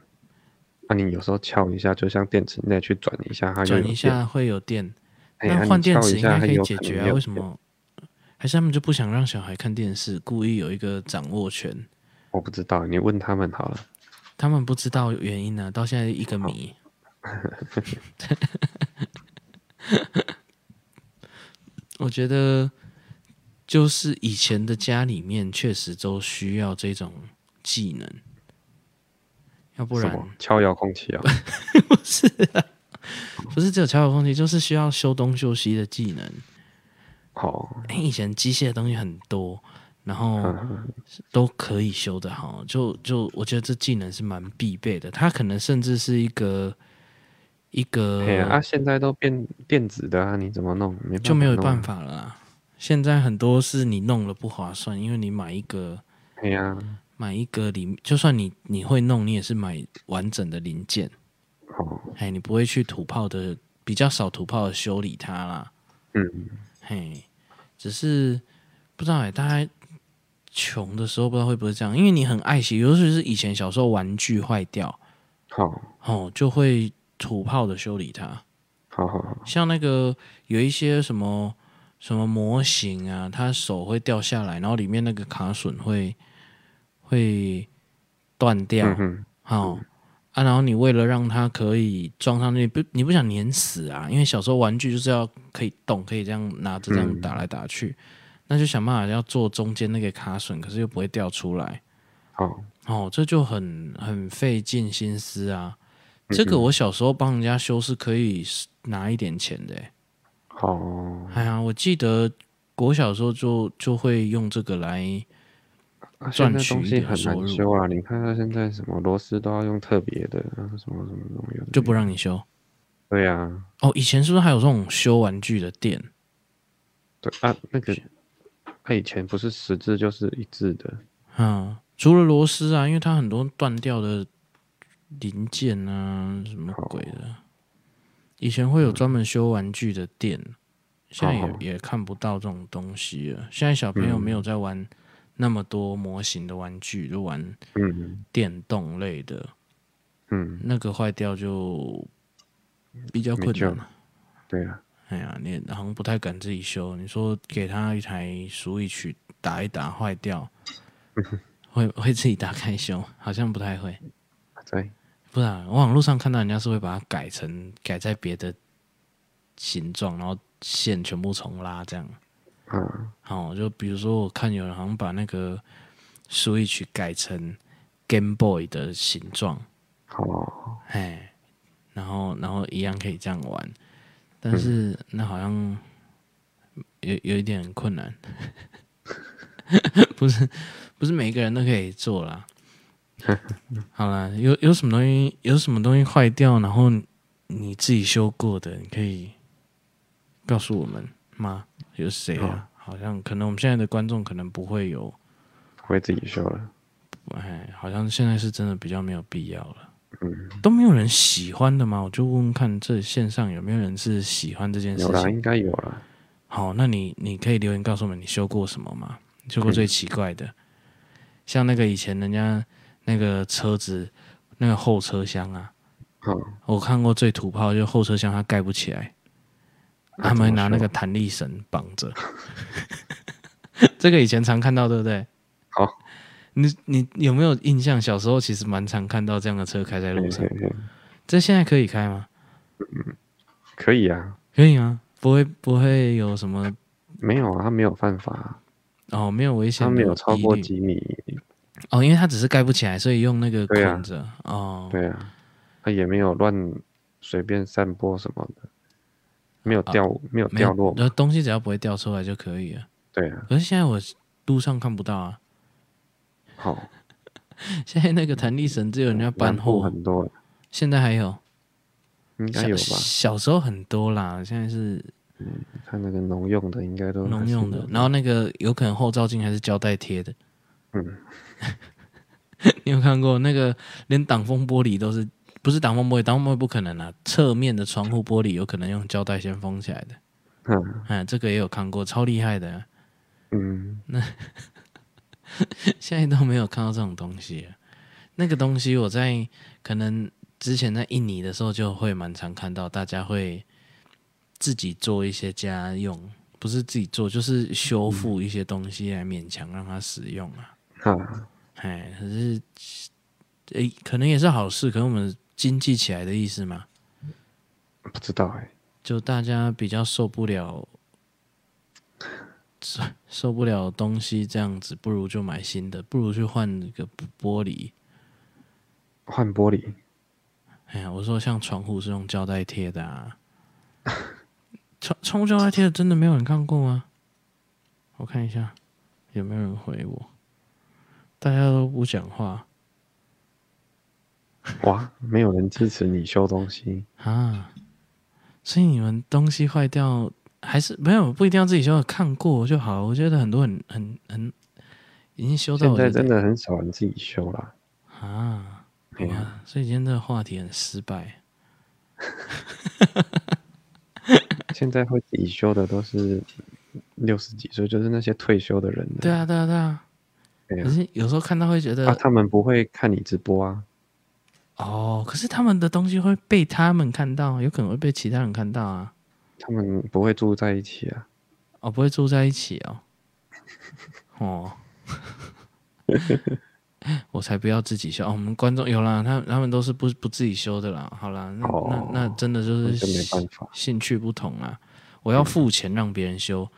Speaker 2: 那、你有时候敲一下，就像电池内去转一下，它就
Speaker 1: 转
Speaker 2: 有
Speaker 1: 一
Speaker 2: 电。
Speaker 1: 下会有电，
Speaker 2: 哎呀
Speaker 1: 那
Speaker 2: 你
Speaker 1: 换电
Speaker 2: 敲
Speaker 1: 池
Speaker 2: 一
Speaker 1: 应
Speaker 2: 下
Speaker 1: 该
Speaker 2: 它
Speaker 1: 可以
Speaker 2: 有
Speaker 1: 解
Speaker 2: 能
Speaker 1: 决
Speaker 2: 没
Speaker 1: 啊？
Speaker 2: 有
Speaker 1: 为什
Speaker 2: 电？
Speaker 1: 么？还是他们就不想让小孩看电视，故意有一个掌握权？
Speaker 2: 我不知道，你问他们好了。
Speaker 1: 他们不知道原因呢、啊到现在一个谜。 我觉得，就是以前的家里面确实都需要这种技能，要不
Speaker 2: 什
Speaker 1: 然
Speaker 2: 么敲遥控 器啊？
Speaker 1: 不是只有敲遥控器，就是需要修东修西的技能。
Speaker 2: 好，
Speaker 1: 因为哎以前机械的东西很多，然后
Speaker 2: 嗯
Speaker 1: 都可以修的好，就就我觉得这技能是蛮必备的。它可能甚至是一个一个
Speaker 2: 哎呀，啊，现在都变电子的啊，你怎么弄？没
Speaker 1: 哦就没有
Speaker 2: 弄啊
Speaker 1: 办。法了啦。现在很多是你弄了不划算，因为你买一个
Speaker 2: 哎呀，
Speaker 1: 买一个里，就算你你会弄，你也是买完整的零件，
Speaker 2: 好，
Speaker 1: 哎，你不会去土炮的，比较少土炮的修理它啦。
Speaker 2: 嗯，
Speaker 1: 嘿，只是不知道哎、大家穷的时候不知道会不会这样，因为你很爱惜，尤其是以前小时候玩具坏掉，
Speaker 2: 好，
Speaker 1: 哦，就会土炮的修理它。
Speaker 2: 好好好，
Speaker 1: 像那个有一些什么什么模型啊，它手会掉下来，然后里面那个卡榫会会断掉，
Speaker 2: 嗯哼，
Speaker 1: 哦啊，然后你为了让它可以装上去，不你不想碾死啊，因为小时候玩具就是要可以动，可以这样拿着这样
Speaker 2: 嗯
Speaker 1: 打来打去，那就想办法要做中间那个卡榫，可是又不会掉出来，
Speaker 2: 好，
Speaker 1: 哦，这就很很费尽心思啊。这个
Speaker 2: 嗯
Speaker 1: 我小时候帮人家修是可以拿一点钱的欸、
Speaker 2: 好，
Speaker 1: 哎呀，我记得国小的时候就就会用这个来，
Speaker 2: 啊，
Speaker 1: 赚
Speaker 2: 现在
Speaker 1: 取
Speaker 2: 东
Speaker 1: 一
Speaker 2: 西
Speaker 1: 点
Speaker 2: 很
Speaker 1: 收入
Speaker 2: 难修啊！你看它现在什么螺丝都要用特别的，然后什么什么东西
Speaker 1: 就不让你修。
Speaker 2: 对啊，
Speaker 1: 哦，以前是不是还有这种修玩具的店？
Speaker 2: 对啊，那个它以前不是十字就是一致的，
Speaker 1: 嗯，除了螺丝啊，因为它很多断掉的零件啊，什么鬼
Speaker 2: 哦
Speaker 1: 的，以前会有专门修玩具的店，现在也、
Speaker 2: 哦嗯
Speaker 1: 也看不到这种东西了。现在小朋友没有在玩那么多模型的玩具，就玩
Speaker 2: 嗯
Speaker 1: 电动类的，
Speaker 2: 嗯，
Speaker 1: 那个坏掉就比较困
Speaker 2: 没救
Speaker 1: 难
Speaker 2: 了。对啊，
Speaker 1: 哎呀，你也好像不太敢自己修。你说给他一台 Switch 打一打坏掉，会会自己打开修，好像不太会。
Speaker 2: 对，
Speaker 1: 不然我网络上看到人家是会把它改成改在别的形状，然后线全部重拉这样。
Speaker 2: 嗯，
Speaker 1: 哦，就比如说我看有人好像把那个 Switch 改成 Game Boy 的形状，
Speaker 2: 好，
Speaker 1: 哎，然后然后一样可以这样玩，但是那好像有有一点困难，不是不是每一个人都可以做啦。好啦，有有什么东西有什么东西坏掉，然后你自己修过的，你可以告诉我们吗？有谁啊？好像可能我们现在的观众可能不会有，
Speaker 2: 不会自己修了，
Speaker 1: 哎，好像现在是真的比较没有必要了。
Speaker 2: 嗯，
Speaker 1: 都没有人喜欢的吗？我就问问看，这线上有没有人是喜欢这件事
Speaker 2: 有啦，
Speaker 1: 情？
Speaker 2: 应该有啦，
Speaker 1: 好，那你你可以留言告诉我们你修过什么吗？你修过最奇怪
Speaker 2: 嗯
Speaker 1: 的，像那个以前人家那个车子那个后车厢啊，
Speaker 2: 哦，
Speaker 1: 我看过最土炮就是后车厢它盖不起来，
Speaker 2: 那
Speaker 1: 他们会
Speaker 2: 怎么
Speaker 1: 拿那
Speaker 2: 修
Speaker 1: 个弹力绳绑着。 这个以前常看到，对不对？
Speaker 2: 好，
Speaker 1: 你你有没有印象？小时候其实蛮常看到这样的车开在路
Speaker 2: 嘿
Speaker 1: 上
Speaker 2: 嘿，嘿
Speaker 1: 这现在可以开吗？
Speaker 2: 可以啊，
Speaker 1: 可以吗？不会不会有什么
Speaker 2: 没有啊，他没有犯法啊，
Speaker 1: 哦，没有危险
Speaker 2: 他
Speaker 1: 的疑
Speaker 2: 没
Speaker 1: 虑，
Speaker 2: 有超过几米，
Speaker 1: 哦，因为它只是盖不起来，所以用那个
Speaker 2: 对啊
Speaker 1: 捆着、哦。
Speaker 2: 对啊，他也没有乱随便散播什么的，没有掉，没有
Speaker 1: 啊没有
Speaker 2: 掉落嘛，
Speaker 1: 呃，东西只要不会掉出来就可以了。
Speaker 2: 对啊，
Speaker 1: 可是现在我路上看不到啊，
Speaker 2: 好，
Speaker 1: 现在那个弹力绳只有人家搬
Speaker 2: 南部
Speaker 1: 货，
Speaker 2: 很多，
Speaker 1: 现在还有，
Speaker 2: 应该
Speaker 1: 小
Speaker 2: 有吧？
Speaker 1: 小时候很多啦，现在是
Speaker 2: 看那个农用的，应该嗯都还
Speaker 1: 农
Speaker 2: 是
Speaker 1: 用的
Speaker 2: 有，
Speaker 1: 然后那个有可能后照镜还是胶带贴的。
Speaker 2: 嗯，
Speaker 1: 你有看过那个连挡风玻璃都是不是挡风玻璃？挡风玻璃不可能啊，侧面的窗户玻璃有可能用胶带先封起来的。
Speaker 2: 嗯
Speaker 1: 哎，这个也有看过，超厉害的。
Speaker 2: 嗯，
Speaker 1: 现在都没有看到这种东西了。那个东西我在可能之前在印尼的时候就会蛮常看到，大家会自己做一些家用，不是自己做，就是修复一些东西来勉强让它使用啊。
Speaker 2: 哈，
Speaker 1: 哎，可是，诶，可能也是好事，可能我们经济起来的意思嘛，
Speaker 2: 不知道哎，
Speaker 1: 就大家比较受不了，受受不了东西这样子，不如就买新的，不如去换一个玻璃。
Speaker 2: 换玻璃，
Speaker 1: 哎呀，我说像窗户是用胶带贴的啊， 窗窗户胶带贴的真的没有人看过吗？我看一下有没有人回我，大家都不讲话
Speaker 2: 哇，没有人支持你修东西，
Speaker 1: 啊，所以你们东西坏掉还是没有不一定要自己修，看过就好。我觉得很多很很很已经修到
Speaker 2: 现
Speaker 1: 我
Speaker 2: 在
Speaker 1: 觉
Speaker 2: 真
Speaker 1: 得
Speaker 2: 的很少人自己修啦。
Speaker 1: 啊，
Speaker 2: 哎呀，
Speaker 1: 哇所以今天这个话题很失败
Speaker 2: 现在会自己修的都是六十几岁，就是那些退休的人了。
Speaker 1: 对啊对啊对啊，
Speaker 2: 对
Speaker 1: 可
Speaker 2: 啊，
Speaker 1: 是有时候看到会觉得
Speaker 2: 啊，他们不会看你直播啊，
Speaker 1: 哦，可是他们的东西会被他们看到，有可能会被其他人看到啊。
Speaker 2: 他们不会住在一起啊。
Speaker 1: 哦，不会住在一起哦。哦，我才不要自己修哦。我们观众有啦，他他们都是不不自己修的啦。好啦，那、
Speaker 2: 哦
Speaker 1: 那那真的就
Speaker 2: 那就没
Speaker 1: 是
Speaker 2: 办法
Speaker 1: 兴趣不同啦。我要付钱让别人修。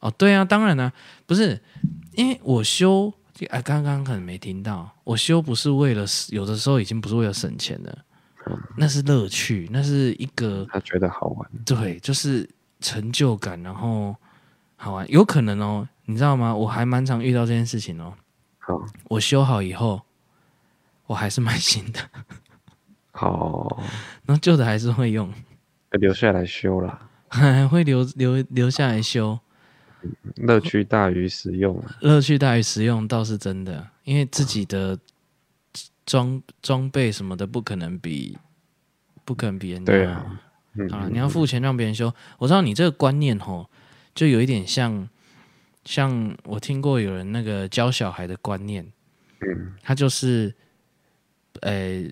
Speaker 1: 哦，对啊，当然啦、不是因为我修。啊，刚刚可能没听到，我修不是为了，有的时候已经不是为了省钱了，那是乐趣，那是一个
Speaker 2: 他觉得好玩，
Speaker 1: 对，就是成就感，然后好玩，有可能哦，你知道吗？我还蛮常遇到这件事情哦。
Speaker 2: 好，
Speaker 1: 我修好以后，我还是买新的，
Speaker 2: 好，
Speaker 1: 然后旧的还是会用，
Speaker 2: 留下来修啦，
Speaker 1: 还会留留留下来修，
Speaker 2: 乐趣大于实用啊。
Speaker 1: 乐趣大于实用倒是真的，因为自己的装装备什么的不可能比不可能比人家
Speaker 2: 对
Speaker 1: 好
Speaker 2: 啊嗯
Speaker 1: 好了，你要付钱让别人修。我知道你这个观念吼，就有一点像，像我听过有人那个教小孩的观念，
Speaker 2: 嗯，
Speaker 1: 他就是，呃、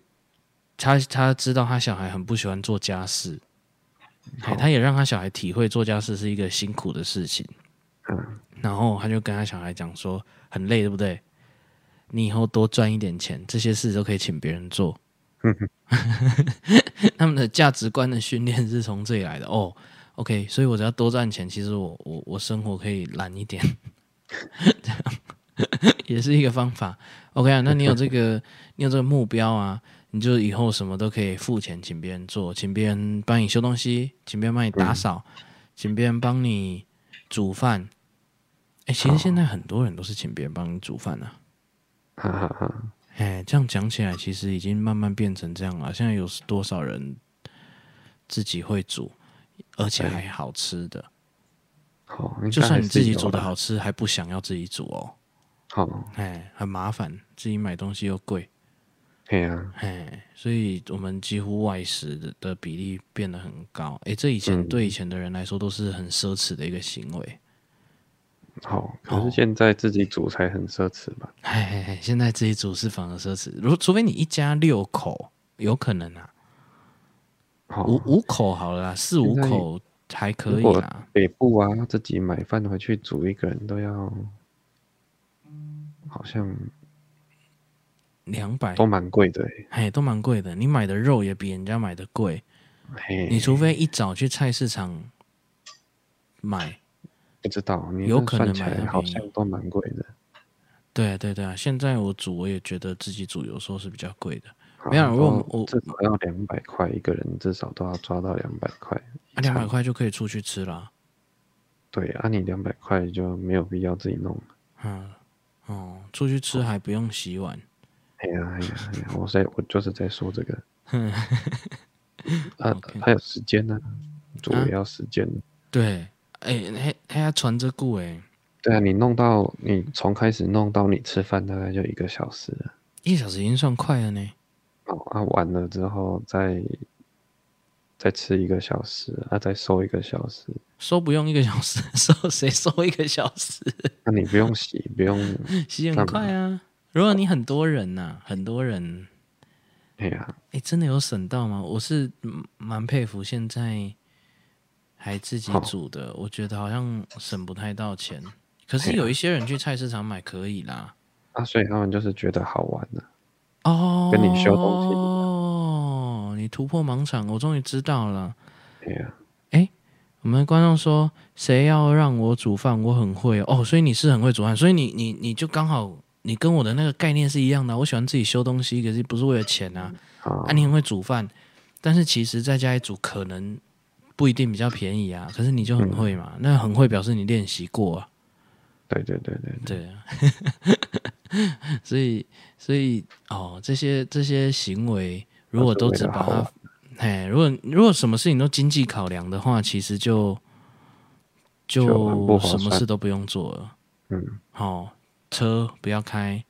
Speaker 1: 他他知道他小孩很不喜欢做家事，哎，他也让他小孩体会做家事是一个辛苦的事情。
Speaker 2: 嗯，
Speaker 1: 然后他就跟他小孩讲说，很累，对不对？你以后多赚一点钱，这些事都可以请别人做。 他们的价值观的训练是从这里来的哦。OK，所以我只要多赚钱，其实我我我生活可以懒一点， 这样也是一个方法。OK 啊，那你有这个 你有这个目标啊，你就以后什么都可以付钱请别人做，请别人帮你修东西，请别人帮你打扫，请别人帮你煮饭。哎、其实现在很多人都是请别人帮你煮饭啊。
Speaker 2: 哈哈哈，
Speaker 1: 哎，这样讲起来，其实已经慢慢变成这样了。现在有多少人自己会煮，而且还好吃的？
Speaker 2: 好，
Speaker 1: 就算你自己煮
Speaker 2: 做
Speaker 1: 的，好吃，还不想要自己煮哦。
Speaker 2: 好，
Speaker 1: 哎，很麻烦，自己买东西又贵。
Speaker 2: 嘿啊呀，
Speaker 1: 哎，所以我们几乎外食的的比例变得很高。哎，这以前、
Speaker 2: 嗯
Speaker 1: 对以前的人来说都是很奢侈的一个行为。
Speaker 2: 好，可
Speaker 1: 哦
Speaker 2: 是现在自己煮才很奢侈吧？
Speaker 1: 哎哎哎，现在自己煮是反而奢侈，如除非你一家六口，有可能啊。
Speaker 2: 好，
Speaker 1: 五五口好了啦，四五口还可
Speaker 2: 如
Speaker 1: 以
Speaker 2: 果
Speaker 1: 啦。
Speaker 2: 北部啊，自己买饭回去煮，一个人都要，好像
Speaker 1: 两百，
Speaker 2: 都蛮贵的欸，
Speaker 1: 哎，都蛮贵的。你买的肉也比人家买的贵，你
Speaker 2: 嘿，
Speaker 1: 除非一早去菜市场买。
Speaker 2: 不知道，你
Speaker 1: 有
Speaker 2: 这
Speaker 1: 可
Speaker 2: 算
Speaker 1: 能
Speaker 2: 起
Speaker 1: 买
Speaker 2: 来
Speaker 1: 到
Speaker 2: 好
Speaker 1: 便宜
Speaker 2: 像都蛮贵的。
Speaker 1: 对啊，对啊对啊，现在我煮我也觉得自己煮有时候是比较贵的，啊
Speaker 2: 好
Speaker 1: 没有如果
Speaker 2: 都
Speaker 1: 我
Speaker 2: 至少要两百块，一个人至少都要抓到两百块。
Speaker 1: 啊，两百块就可以出去吃啦。
Speaker 2: 对，啊，你两百块就没有必要自己弄了。
Speaker 1: 嗯，哦，出去吃还不用洗碗，
Speaker 2: 哎呀哎呀哎呀！我在我就是在说这 个。
Speaker 1: 哼
Speaker 2: 啊
Speaker 1: OK，
Speaker 2: 还有时间呢、煮
Speaker 1: 啊
Speaker 2: 也要时间。
Speaker 1: 对，哎，还还要传这顾哎，
Speaker 2: 对啊，你弄到你从开始弄到你吃饭大概就一个小时了。
Speaker 1: 一小时已经算快了呢。
Speaker 2: 哦啊，完了之后再再吃一个小时，啊，再收一个小时。
Speaker 1: 收不用一个小时， 收谁收一个小时？
Speaker 2: 那、你不用洗，不用，
Speaker 1: 洗很快啊。如果你很多人呐、很多人，
Speaker 2: 哎呀，
Speaker 1: 哎，真的有省到吗？我是嗯蛮佩服现在还自己
Speaker 2: 好
Speaker 1: 煮的，我觉得好像省不太到钱。可是
Speaker 2: 嘿啊
Speaker 1: 有一些人去菜市场买可以啦。
Speaker 2: 啊，所以他们就是觉得好玩呢、
Speaker 1: 哦，
Speaker 2: 跟你修东西一样
Speaker 1: 哦，你突破盲场，我终于知道了。
Speaker 2: 哎呀，
Speaker 1: 我们的观众说，谁要让我煮饭，我很会哦，哦所以你是很会煮饭，所以你你你就刚好，你跟我的那个概念是一样的啊。我喜欢自己修东西，可是不是为了钱啊。
Speaker 2: 啊
Speaker 1: 啊，，你很会煮饭，但是其实在家里煮可能不一定比较便宜啊，可是你就很会
Speaker 2: 嗯
Speaker 1: 嘛，那很会表示你练习过啊，
Speaker 2: 对对对对对，
Speaker 1: 对啊， 所以所以哦，这些这些行为如果都只把
Speaker 2: 都是为了好啊
Speaker 1: 它，哎，如果如果什么事情都经济考量的话，其实就就
Speaker 2: 就很不划
Speaker 1: 什么
Speaker 2: 算
Speaker 1: 事都不用做了，
Speaker 2: 嗯，
Speaker 1: 好、哦，车不要开，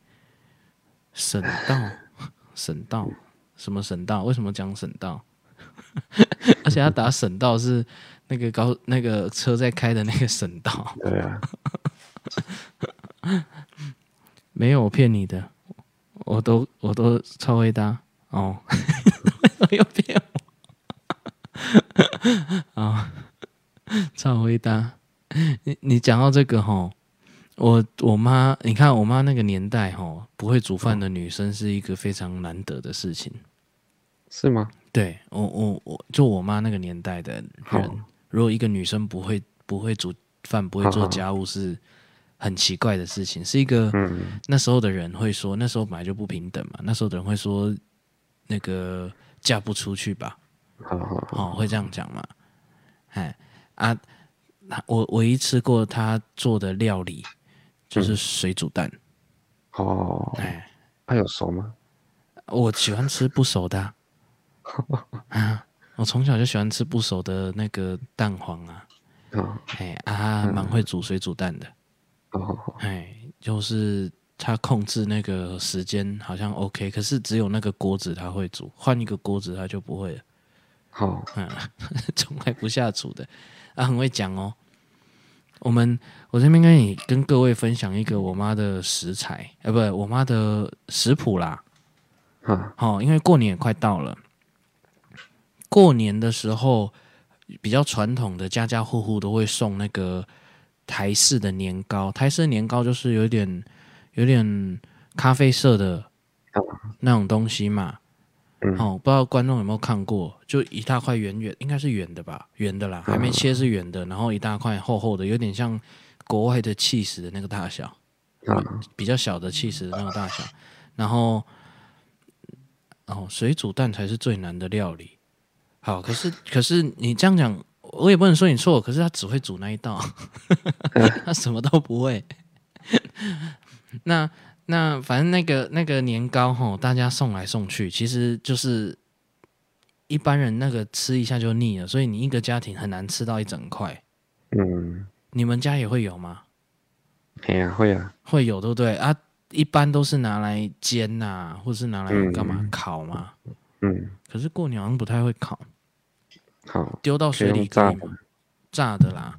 Speaker 1: 省道， 省道，什么省道？为什么讲省道？ 而且他打省道是那个高那个车在开的那个省道，
Speaker 2: 对啊，
Speaker 1: 没有我骗你的，我都我都超会搭哦， 又骗我啊、超会搭。你你讲到这个吼，我我妈，你看我妈那个年代吼，不会煮饭的女生是一个非常难得的事情。
Speaker 2: 是吗？
Speaker 1: 对我我我就我妈那个年代的人，
Speaker 2: 好
Speaker 1: 如果一个女生不会不会煮饭、不会做家务，是很奇怪的事情，是一个
Speaker 2: 嗯，
Speaker 1: 那时候的人会说，那时候本来就不平等嘛，那时候的人会说那个嫁不出去吧，
Speaker 2: 好好好，
Speaker 1: 哦，会这样讲嘛？哎啊，那我唯一吃过她做的料理
Speaker 2: 嗯
Speaker 1: 就是水煮蛋，
Speaker 2: 哦，
Speaker 1: 哎、
Speaker 2: 他、有熟吗？
Speaker 1: 我喜欢吃不熟的啊，啊我从小就喜欢吃不熟的那个蛋黄啊，
Speaker 2: 啊、
Speaker 1: 哎啊，蛮会煮水煮蛋的，
Speaker 2: 哦，哦，
Speaker 1: 哎，就是他控制那个时间好像 OK，可是只有那个锅子他会煮，换一个锅子他就不会了，
Speaker 2: 好、哦，
Speaker 1: 嗯， 从来不下厨的，啊，很会讲哦。我们我这边跟你跟各位分享一个我妈的食材，呃，不，我妈的食谱啦，
Speaker 2: 啊，
Speaker 1: 哦，因为过年也快到了，过年的时候比较传统的家家户户都会送那个台式的年糕，台式的年糕就是有点有点咖啡色的那种东西嘛。
Speaker 2: 嗯
Speaker 1: 哦，不知道观众有没有看过，就一大块圆圆，应该是圆的吧，圆的啦，还没切是圆的，然后一大块厚厚的，有点像国外的 cheese 的那个大小。
Speaker 2: 啊，
Speaker 1: 比较小的气势的那种大小，然后哦，水煮蛋才是最难的料理。好，可是可是你这样讲，我也不能说你错，可是他只会煮那一道，他什么都不会。那那反正那个那个年糕吼，大家送来送去，其实就是一般人那个吃一下就腻了，所以你一个家庭很难吃到一整块。
Speaker 2: 嗯，
Speaker 1: 你们家也会有吗？
Speaker 2: 哎呀，会啊，
Speaker 1: 会有对不对啊？一般都是拿来煎呐、或是拿来干嘛、
Speaker 2: 嗯
Speaker 1: 烤嘛。
Speaker 2: 嗯，
Speaker 1: 可是过年好像不太会烤，
Speaker 2: 好，
Speaker 1: 丢到水
Speaker 2: 可以
Speaker 1: 里
Speaker 2: 用炸
Speaker 1: 可以
Speaker 2: 的
Speaker 1: 吗炸的啦。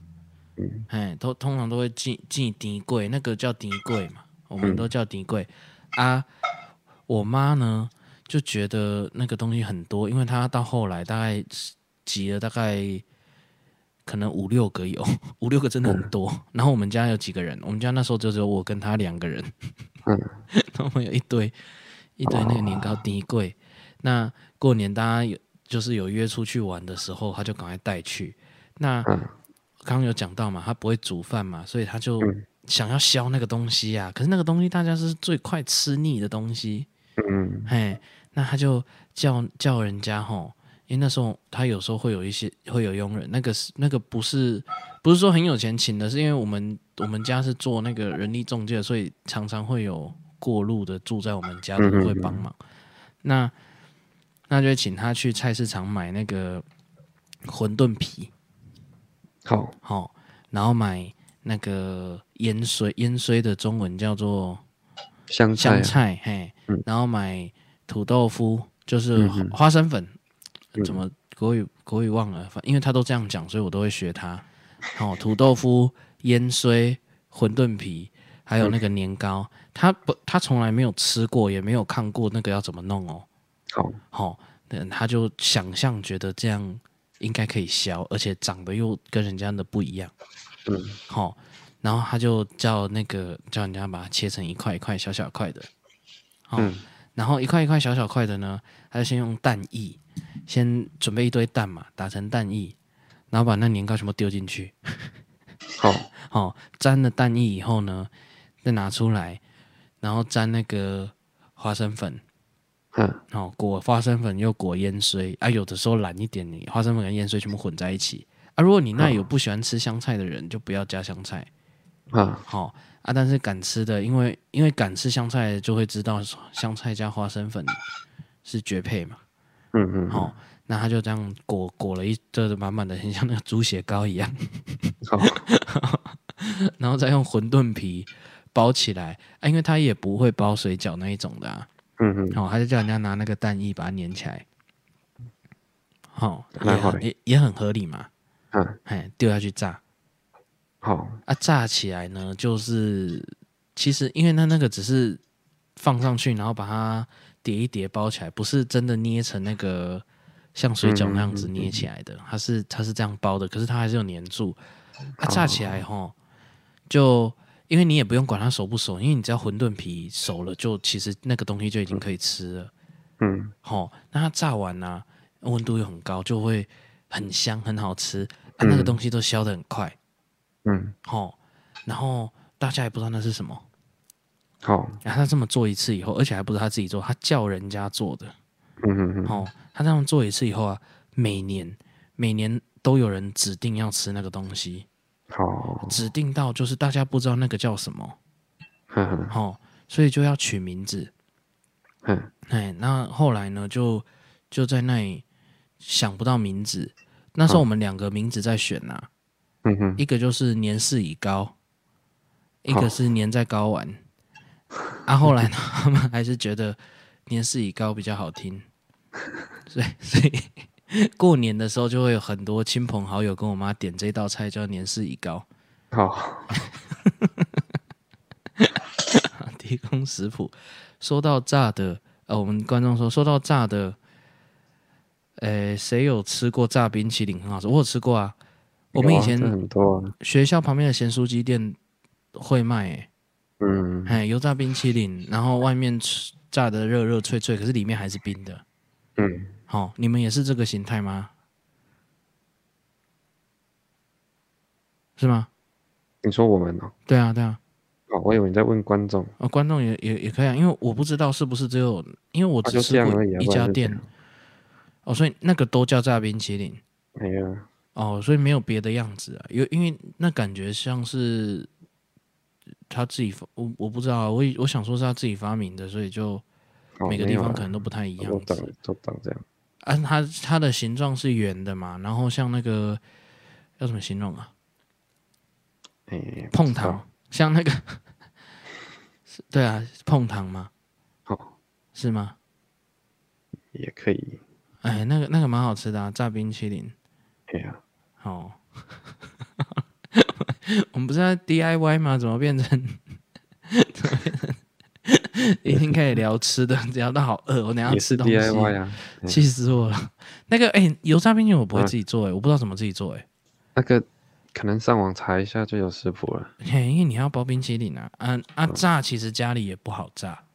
Speaker 2: 嗯
Speaker 1: 哎，都通常都会进进底柜，那个叫底柜嘛，我们
Speaker 2: 嗯
Speaker 1: 都叫底柜、啊。我妈呢就觉得那个东西很多，因为她到后来大概集了大概可能五六个有， 五六个真的很多。
Speaker 2: 嗯
Speaker 1: 然后我们家有几个人，我们家那时候就只有我跟她两个人，
Speaker 2: 嗯
Speaker 1: 然后我们有一堆一堆那个年糕底柜。那过年大家有就是有约出去玩的时候，她就赶快带去。那
Speaker 2: 嗯
Speaker 1: 刚刚有讲到嘛，他不会煮饭嘛，所以他就
Speaker 2: 嗯
Speaker 1: 想要削那个东西呀、可是那个东西大家是最快吃腻的东西，
Speaker 2: 嗯
Speaker 1: 嘿，那他就叫叫人家吼，因为那时候他有时候会有一些会有佣人，那个是那个不是不是说很有钱请的，是因为我们我们家是做那个人力中介，所以常常会有过路的住在我们家的
Speaker 2: 嗯嗯嗯
Speaker 1: 会帮忙。那那就会请他去菜市场买那个馄饨皮，
Speaker 2: 好，
Speaker 1: 好、然后买那个腌水，腌水的中文叫做
Speaker 2: 香菜
Speaker 1: 香
Speaker 2: 啊，
Speaker 1: 菜，嘿，
Speaker 2: 嗯
Speaker 1: 然后买土豆夫，就是
Speaker 2: 嗯哼
Speaker 1: 花生粉，
Speaker 2: 嗯
Speaker 1: 怎么国语国语忘了，反因为他都这样讲，所以我都会学他。好、土豆夫、腌水、馄饨皮，还有那个年糕，他不，他从来没有吃过，也没有看过那个要怎么弄哦。
Speaker 2: 好，
Speaker 1: 好、那他就想象觉得这样应该可以削，而且长得又跟人家的不一样。
Speaker 2: 嗯，
Speaker 1: 好、然后他就叫那个叫人家把它切成一块一块小小块的，好、
Speaker 2: 嗯
Speaker 1: 然后一块一块小小块的呢，他就先用蛋液，先准备一堆蛋嘛，打成蛋液，然后把那年糕全部丢进去，
Speaker 2: 好，
Speaker 1: 好、沾了蛋液以后呢，再拿出来，然后沾那个花生粉，
Speaker 2: 嗯
Speaker 1: 哦，裹花生粉又裹烟水啊，有的时候懒一点，你花生粉跟烟水全部混在一起啊。如果你那有不喜欢吃香菜的人，就不要加香菜，
Speaker 2: 啊，
Speaker 1: 好、啊。但是敢吃的，因为因为敢吃香菜的就会知道香菜加花生粉是绝配嘛，
Speaker 2: 嗯嗯，
Speaker 1: 好、那他就这样裹裹了一这满满的，很像那个猪血糕一样，
Speaker 2: 好，
Speaker 1: 然后再用馄饨皮包起来啊，因为他也不会包水饺那一种的啊，
Speaker 2: 嗯嗯，
Speaker 1: 哦，他就叫人家拿那个蛋液把它粘起来，好、也
Speaker 2: 然后
Speaker 1: 很
Speaker 2: 嘞
Speaker 1: 也也很合理嘛，
Speaker 2: 嗯，
Speaker 1: 哎，丢下去炸
Speaker 2: 好，
Speaker 1: 啊，炸起来呢，就是其实因为它那个只是放上去，然后把它叠一叠包起来，不是真的捏成那个像水饺那样子
Speaker 2: 嗯嗯嗯嗯
Speaker 1: 捏起来的，它是它是这样包的，可是它还是有粘住，
Speaker 2: 哦
Speaker 1: 啊，炸起来吼，就因为你也不用管它熟不熟，因为你只要馄饨皮熟了，就其实那个东西就已经可以吃了。
Speaker 2: 嗯
Speaker 1: 好、那它炸完啦、温度又很高，就会很香，很好吃。啊，
Speaker 2: 嗯
Speaker 1: 那个东西都消得很快，
Speaker 2: 嗯，
Speaker 1: 好、哦然后大家也不知道那是什么。
Speaker 2: 好，
Speaker 1: 然、后他这么做一次以后，而且还不是他自己做，他叫人家做的。
Speaker 2: 嗯嗯嗯，
Speaker 1: 哦，他这样做一次以后啊，每年每年都有人指定要吃那个东西，
Speaker 2: 好，
Speaker 1: 指定到就是大家不知道那个叫什么，
Speaker 2: 嗯嗯
Speaker 1: 哦，所以就要取名字。
Speaker 2: 嗯
Speaker 1: 哎，那后来呢，就就在那里想不到名字。那时候我们两个名字在选呐、啊
Speaker 2: 嗯嗯，
Speaker 1: 一个就是年事已高，一个
Speaker 2: 好
Speaker 1: 是年在睾丸。啊，后来呢，他们还是觉得年事已高比较好听，所以所以过年的时候就会有很多亲朋好友跟我妈点这道菜叫年事已高，
Speaker 2: 好，
Speaker 1: 提供食谱。说到炸的，呃，我们观众说说到炸的，呃，谁有吃过炸冰淇淋很好吃？我有吃过啊，我们
Speaker 2: 有
Speaker 1: 以
Speaker 2: 啊
Speaker 1: 前
Speaker 2: 这很多啊，
Speaker 1: 学校旁边的咸酥鸡店会卖、欸，
Speaker 2: 嗯，
Speaker 1: 哎，油炸冰淇淋，然后外面吃炸的热热脆脆，可是里面还是冰的。
Speaker 2: 嗯，
Speaker 1: 好、你们也是这个形态吗？是吗？
Speaker 2: 你说我们哦，
Speaker 1: 对啊，对啊。
Speaker 2: 哦，我以为你在问观众，
Speaker 1: 哦，观众也也也可以啊，因为我不知道是不是只有，因为我
Speaker 2: 啊
Speaker 1: 只
Speaker 2: 就这
Speaker 1: 吃
Speaker 2: 样
Speaker 1: 过
Speaker 2: 而已啊，
Speaker 1: 一
Speaker 2: 不然
Speaker 1: 家
Speaker 2: 是怎
Speaker 1: 店
Speaker 2: 样，
Speaker 1: 哦，所以那个都叫炸冰淇淋
Speaker 2: 哎呀，
Speaker 1: 哦，所以没有别的样子啊，有因为那感觉像是他自己发，我我不知道啊，我以我想说是他自己发明的，所以就
Speaker 2: 哦
Speaker 1: 每个
Speaker 2: 没
Speaker 1: 地
Speaker 2: 有
Speaker 1: 方
Speaker 2: 啊
Speaker 1: 可能都不太一
Speaker 2: 都
Speaker 1: 样
Speaker 2: 长
Speaker 1: 子。
Speaker 2: 都长这样，
Speaker 1: 啊，它它的形状是圆的嘛，然后像那个要怎么形容啊？
Speaker 2: 哎，
Speaker 1: 碰
Speaker 2: 不知道
Speaker 1: 糖，像那个，是对啊，碰糖嘛，
Speaker 2: 哦，
Speaker 1: 是吗？
Speaker 2: 也可以，
Speaker 1: 哎，那个那个蛮好吃的啊，炸冰淇淋。
Speaker 2: 哎呀，
Speaker 1: 哦， 我们不是在 DIY 吗？怎么变成？怎么变成已经开始聊吃的，聊到好饿，我等一下
Speaker 2: 也
Speaker 1: 吃
Speaker 2: 是
Speaker 1: 东西，
Speaker 2: DIY 啊，嗯
Speaker 1: 气死我了。那个哎、油炸冰淇淋我不会自己做哎、我不知道怎么自己做哎、
Speaker 2: 那个可能上网查一下就有食谱了，
Speaker 1: 嘿，因为你要包冰淇淋啊，啊啊炸，其实家里也不好炸。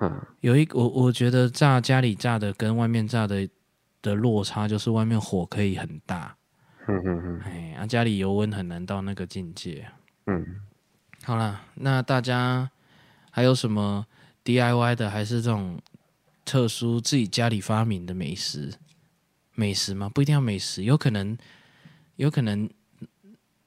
Speaker 2: 嗯，
Speaker 1: 有一我我觉得炸家里炸的跟外面炸的的落差，就是外面火可以很大，
Speaker 2: 哼哼哼，
Speaker 1: 哎，啊家里油温很难到那个境界。
Speaker 2: 嗯，
Speaker 1: 好啦，那大家还有什么 DIY 的，还是这种特殊自己家里发明的美食？美食吗？不一定要美食，有可能有可能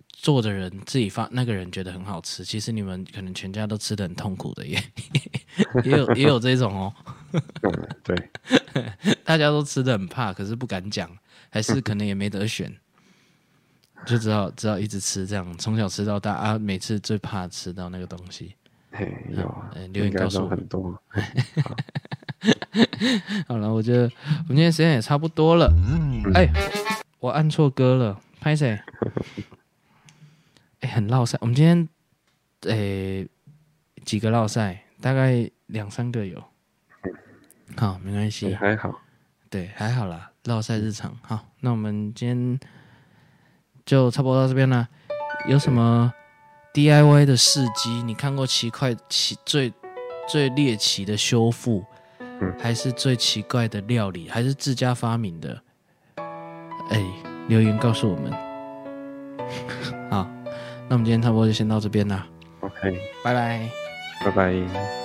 Speaker 1: 做的人自己发，那个人觉得很好吃，其实你们可能全家都吃的很痛苦的耶， 也有也有这种哦。
Speaker 2: 嗯对，
Speaker 1: 大家都吃的很怕，可是不敢讲，还 是可能也没得选，就只好只好一直吃这样，从小吃到大啊，每次最怕吃到那个东西。
Speaker 2: 嘿，有啊，
Speaker 1: 嗯留言
Speaker 2: 应该
Speaker 1: 告诉
Speaker 2: 都
Speaker 1: 我
Speaker 2: 很多，
Speaker 1: 好了，我觉得我们今天时间也差不多了。
Speaker 2: 嗯
Speaker 1: 哎、我按错歌了，拍谁？哎、很绕赛。我们今天哎、几个绕赛，大概两三个有。好，没关系
Speaker 2: 也。哎还好，
Speaker 1: 对，还好啦，绕赛日常。好，那我们今天就差不多到这边啦。有什么 DIY 的事迹？你看过奇怪、奇最最猎奇的修复，
Speaker 2: 嗯
Speaker 1: 还是最奇怪的料理，还是自家发明的？哎，留言告诉我们。 好，那我们今天差不多就先到这边啦，
Speaker 2: ，OK，
Speaker 1: 拜拜。
Speaker 2: 拜拜。